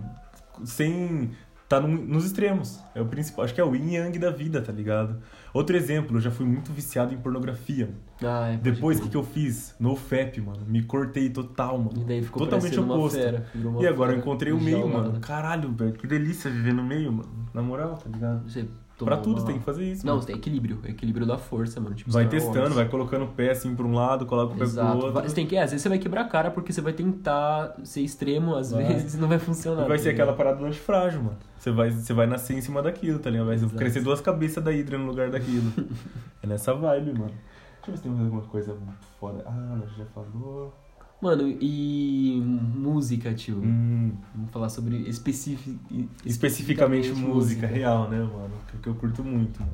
S2: sem. tá num- nos extremos. É o principal, acho que é o yin e yang da vida, tá ligado? Outro exemplo, eu já fui muito viciado em pornografia.
S1: Ah, é, pode
S2: Depois, o que,
S1: crer.
S2: que eu fiz? No FAP, mano. Me cortei total, mano.
S1: E daí ficou
S2: Totalmente
S1: parecendo
S2: oposto.
S1: Uma fera, virou uma
S2: E agora eu
S1: fera
S2: encontrei o meio,
S1: enjaulada.
S2: mano. Caralho, velho. Que delícia viver no meio, mano. Na moral, tá ligado?
S1: Você
S2: pra
S1: tomou
S2: tudo
S1: uma-
S2: você tem que fazer isso.
S1: Não,
S2: mano.
S1: você tem equilíbrio. Equilíbrio da força, mano. Tipo,
S2: Vai
S1: Star
S2: testando,
S1: Wars.
S2: vai colocando o pé assim pra um lado, coloca o pé pro
S1: Exato.
S2: outro.
S1: Vai- Você tem que, é, às vezes você vai quebrar a cara porque você vai tentar ser extremo, às
S2: Vai.
S1: vezes não vai
S2: E
S1: funcionar.
S2: vai ser
S1: tá ligado?
S2: aquela parada do antifrágil, mano. Você vai, você vai nascer em cima daquilo, tá ligado? Vai
S1: Exato.
S2: crescer duas cabeças da Hydra no lugar daquilo. é nessa vibe, mano. Deixa eu ver se tem mais alguma coisa foda. Ah, nós já falou.
S1: Mano, e música, tio?
S2: Hum.
S1: Vamos falar sobre especifi...
S2: Especificamente música, real, né, mano? Que- Que eu curto muito, mano.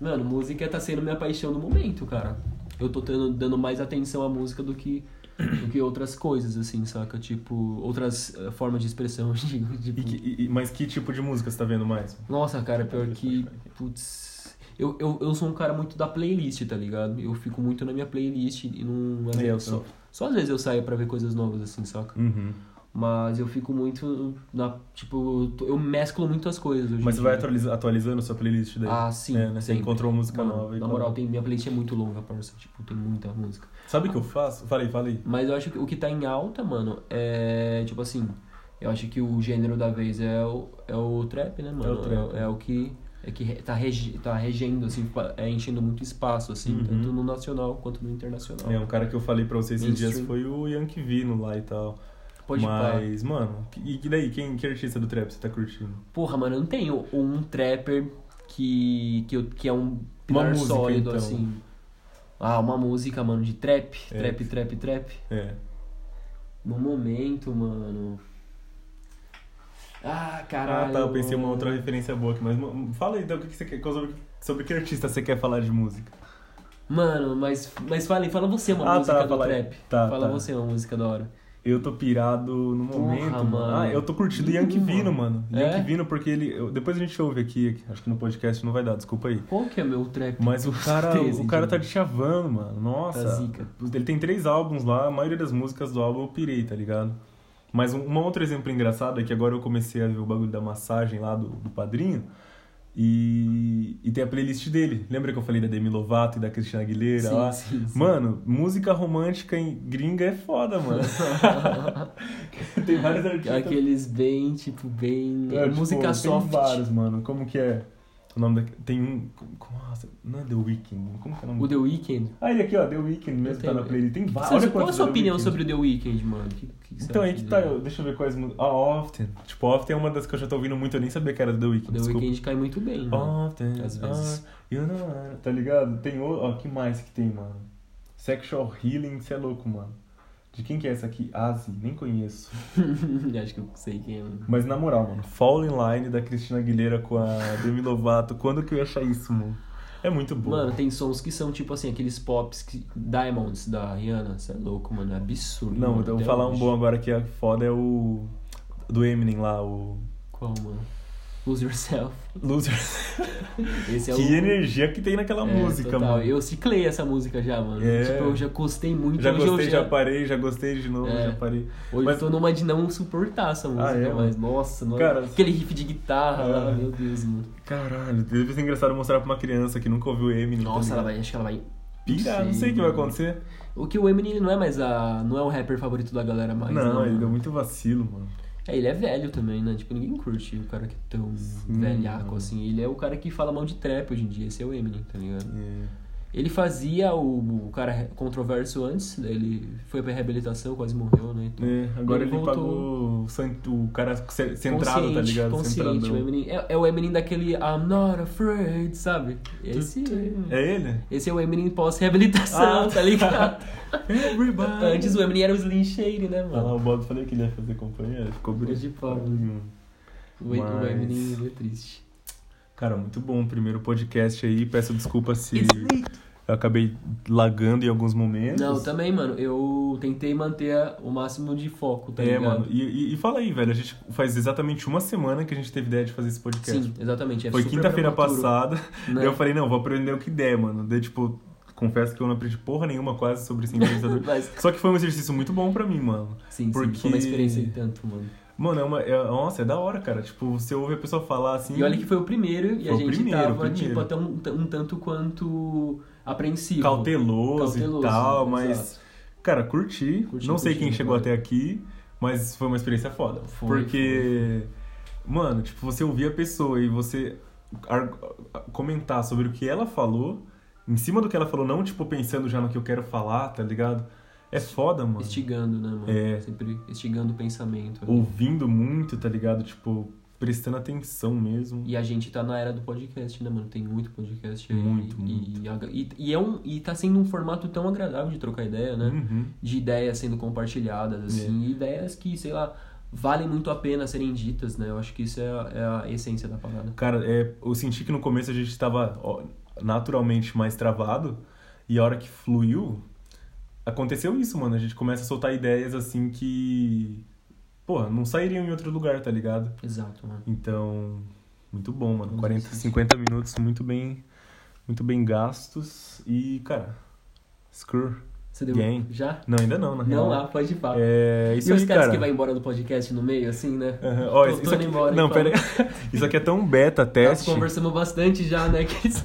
S1: Mano, música tá sendo minha paixão do momento, cara. Eu tô tendo, dando mais atenção à música do que, do que outras coisas, assim, saca? Tipo, outras eh, formas de expressão, eu digo. Tipo...
S2: E que- e- e- mas que tipo de música você tá vendo mais?
S1: Nossa, cara, pior que. Putz. Eu, eu, eu sou um cara muito da playlist, tá ligado? Eu fico muito na minha playlist e não. às
S2: É, eu
S1: vezes só, só às vezes eu saio pra ver coisas novas, assim, saca?
S2: Uhum.
S1: Mas eu fico muito na. Tipo, eu tô- eu mesclo muito as coisas. Hoje em
S2: Mas você vai
S1: dia.
S2: atualiza- atualizando a sua playlist daí?
S1: Ah, sim.
S2: É, né? Você
S1: sempre.
S2: encontrou uma música
S1: Mano,
S2: nova. e
S1: Na
S2: coloca.
S1: moral, tem, minha playlist é muito longa, parça. Tipo, tem muita música.
S2: Sabe o que eu faço? Falei, falei.
S1: Mas eu acho que o que tá em alta, mano, é. Tipo assim. Eu acho que o gênero da vez é o, é o trap, né, mano?
S2: É o trap.
S1: É, é o que. É que re- tá, regi, tá regendo, assim, pa- é enchendo muito espaço, assim,
S2: Uhum.
S1: tanto no nacional quanto no internacional.
S2: É, um cara que eu falei pra você esses dias
S1: Mainstream.
S2: foi o Yankee Vino lá e tal.
S1: Pode falar.
S2: Mas, mano, que- e daí? Quem, que artista do trap você tá curtindo?
S1: Porra, mano, eu não tenho um trapper que. que, eu, que é um pilar
S2: música,
S1: sólido,
S2: então.
S1: assim. Ah, uma música, mano, de trap,
S2: É.
S1: trap, trap, trap.
S2: É.
S1: No momento, mano. Ah, caralho.
S2: Ah, tá, eu pensei em uma
S1: mano.
S2: outra referência boa aqui. Mas mano, fala aí, então, o que que você quer, sobre, sobre que artista você quer falar de música?
S1: Mano, mas, mas fala, aí, fala você uma
S2: Ah,
S1: música
S2: tá,
S1: do
S2: fala aí.
S1: trap.
S2: Tá,
S1: fala
S2: tá.
S1: você uma música da hora.
S2: Eu tô pirado no
S1: Porra,
S2: momento,
S1: mano.
S2: mano. Ah, eu tô curtindo
S1: Ih,
S2: Yankee
S1: mano.
S2: Vino, mano.
S1: É?
S2: Yankee Vino, porque ele. eu- depois a gente ouve aqui, acho que no podcast não vai dar, desculpa aí.
S1: Qual que é meu trap?
S2: Mas o cara,
S1: Certeza,
S2: o cara tá
S1: gente.
S2: de chavando, mano. Nossa.
S1: Tá zica.
S2: Ele tem três álbuns lá, a maioria das músicas do álbum eu pirei, tá ligado? Mas um, um outro exemplo engraçado é que agora eu comecei a ver o bagulho da massagem lá do, do padrinho. E, e tem a playlist dele. Lembra que eu falei da Demi Lovato e da Cristina Aguilera
S1: Sim,
S2: lá?
S1: sim, sim.
S2: Mano, música romântica em gringa é foda, mano. tem vários artistas.
S1: Aqueles bem, tipo, bem.
S2: tipo- É, tipo,
S1: música soft.
S2: Tem vários, mano. Como que é? O nome da... Tem um... Nossa, não é The Weeknd. Como que é o nome?
S1: O The Weeknd.
S2: Ah, ele aqui, ó, The Weeknd mesmo, tá
S1: tenho-
S2: na playlist. Tem vários.
S1: Sabe,
S2: olha
S1: qual é a
S2: quantos
S1: sua
S2: The
S1: opinião
S2: Weeknd. né?
S1: sobre o The Weeknd, mano? Que- que você
S2: Então,
S1: acha
S2: aí que
S1: do-
S2: tá, eu, deixa eu ver quais músicas. Ah, Often. Tipo, Often é uma das que eu já tô ouvindo muito, eu nem sabia que era do The Weeknd.
S1: O The
S2: desculpa.
S1: Weeknd cai muito bem, mano.
S2: Often.
S1: Às
S2: Às
S1: vezes.
S2: vezes. you know, I- tá ligado? Tem o. Ó, que mais que tem, mano? Sexual Healing, cê é louco, mano. De quem que é essa aqui? Asi, nem conheço. Ah.
S1: Acho que eu sei quem é, mano.
S2: Mas na moral, mano, Fall in Line da Cristina Aguilera com a Demi Lovato, quando que eu ia achar isso, mano? É muito bom.
S1: Mano, tem sons que são tipo assim, aqueles pops que... Diamonds da Rihanna. Você é louco, mano. É absurdo.
S2: Não,
S1: mano,
S2: eu vou
S1: até
S2: falar um
S1: hoje.
S2: bom agora que é foda é o. Do Eminem lá, o.
S1: Qual, mano? Lose Yourself.
S2: Loser.
S1: Esse é
S2: que
S1: o...
S2: energia que tem naquela
S1: É,
S2: música,
S1: total.
S2: mano.
S1: Eu ciclei essa música já, mano.
S2: É.
S1: Tipo, eu já gostei muito.
S2: Já
S1: hoje
S2: gostei,
S1: eu
S2: já...
S1: já...
S2: parei, já gostei de novo,
S1: É.
S2: já parei.
S1: Hoje eu
S2: Mas-
S1: tô numa de não suportar essa música,
S2: é,
S1: mas nossa, mano.
S2: Cara,
S1: aquele riff de guitarra lá,
S2: É.
S1: meu Deus, mano.
S2: Caralho, deve ser engraçado mostrar pra uma criança que nunca ouviu Eminem. tá
S1: Nossa, ela
S2: ligado?
S1: vai, acho que ela vai.
S2: Pirar, não sei o que vai
S1: mano.
S2: acontecer.
S1: O que o Eminem ele não é mais a. não é o rapper favorito da galera mais.
S2: não,
S1: né,
S2: ele deu
S1: mano?
S2: muito vacilo, mano.
S1: É, ele é velho também, né? Tipo, ninguém curte o cara que é tão
S2: Sim,
S1: velhaco
S2: mano.
S1: assim. Ele é o cara que fala mal de trap hoje em dia, esse é o Eminem, tá ligado?
S2: É.
S1: Ele fazia o, o cara controverso antes, daí ele foi pra reabilitação, quase morreu, né? Então,
S2: É, agora
S1: Ele
S2: ele,
S1: voltou-
S2: pagou o san- o cara ce- centrado, tá
S1: consciente,
S2: ligado?
S1: Consciente, o
S2: Centradão.
S1: Eminem, é, é o Eminem daquele I'm not afraid, sabe? Esse,
S2: É ele?
S1: esse é o Eminem pós-reabilitação,
S2: Ah,
S1: tá ligado?
S2: Everybody.
S1: Antes o Eminem era o Slim Shady, né,
S2: Ah, lá, o
S1: mano?
S2: Bob falei que ele ia fazer companhia, ele ficou
S1: Hoje
S2: bonito.
S1: de Pablo. O, E- o
S2: mas-
S1: Eminem ele é triste.
S2: Cara, muito bom o primeiro podcast aí. Peço desculpa se.
S1: It's me.
S2: Eu acabei lagando em alguns momentos.
S1: Não, tá também, mano, eu tentei manter a- o máximo de foco, tá
S2: É,
S1: ligado?
S2: mano. E, e- e fala aí, velho. A gente faz exatamente uma semana que a gente teve ideia de fazer esse podcast.
S1: Sim, exatamente. É
S2: Foi
S1: super
S2: quinta-feira
S1: prematuro,
S2: passada.
S1: né?
S2: Eu falei, não, vou aprender o que der, mano. Daí, tipo, confesso que eu não aprendi porra nenhuma quase sobre ser entrevistador.
S1: Mas,
S2: Só que foi um exercício muito bom pra mim, mano.
S1: sim, sim,
S2: Porque-
S1: foi uma experiência de tanto, mano.
S2: Mano, é uma. é- nossa, é da hora, cara. Tipo, você ouve a pessoa falar assim.
S1: E olha que foi o primeiro e
S2: Foi
S1: a
S2: o
S1: gente
S2: primeiro, o
S1: tava,
S2: primeiro.
S1: tipo, até um, um tanto quanto apreensivo.
S2: cauteloso, e tal, mas.
S1: exato.
S2: Cara, curti.
S1: Curti,
S2: não sei
S1: curti,
S2: quem chegou
S1: cara.
S2: até aqui, mas foi uma experiência foda.
S1: Foi,
S2: porque, mano, tipo, você ouvir a pessoa e você ar- comentar sobre o que ela falou, em cima do que ela falou, não, tipo, pensando já no que eu quero falar, tá ligado? É foda, mano.
S1: Estigando, né, mano?
S2: É.
S1: Sempre estigando o pensamento. né?
S2: Ouvindo muito, tá ligado? Tipo, prestando atenção mesmo.
S1: E a gente tá na era do podcast, né, mano? Tem muito podcast aí.
S2: Muito,
S1: e, E, e é um, e tá sendo um formato tão agradável de trocar ideia, né?
S2: Uhum.
S1: De ideias sendo compartilhadas,
S2: É.
S1: assim. E ideias que, sei lá, valem muito a pena serem ditas, né? Eu acho que isso é a, é a essência da parada.
S2: Cara, é, eu senti que no começo a gente tava ó, naturalmente mais travado e a hora que fluiu, aconteceu isso, mano. A gente começa a soltar ideias assim que, porra, não sairiam em outro lugar, tá ligado?
S1: Exato, mano.
S2: Então, muito bom, mano. 40, 50 minutos muito bem, muito bem gastos e, cara, screw.
S1: Você deu
S2: Game.
S1: já?
S2: Não, ainda não, na real.
S1: Não, ah, pode ir pá.
S2: É,
S1: e
S2: isso
S1: os
S2: aí,
S1: caras
S2: cara.
S1: que vai embora do podcast no meio, assim, né?
S2: Aham. Ó,
S1: Tô-
S2: isso,
S1: tô
S2: isso
S1: indo
S2: aqui...
S1: embora,
S2: não,
S1: então. Tá
S2: pera aí. Isso aqui é tão beta
S1: Nós
S2: teste.
S1: conversamos bastante já, né? Que eles...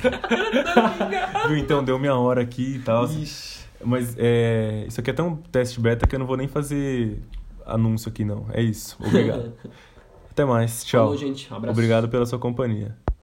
S2: Viu? Então, deu minha hora aqui e tal.
S1: Ixi.
S2: Mas é, isso aqui é tão teste beta que eu não vou nem fazer anúncio aqui, não. É isso. Obrigado. Até mais. Tchau.
S1: Falou, gente. Um Abraço.
S2: Obrigado pela sua companhia.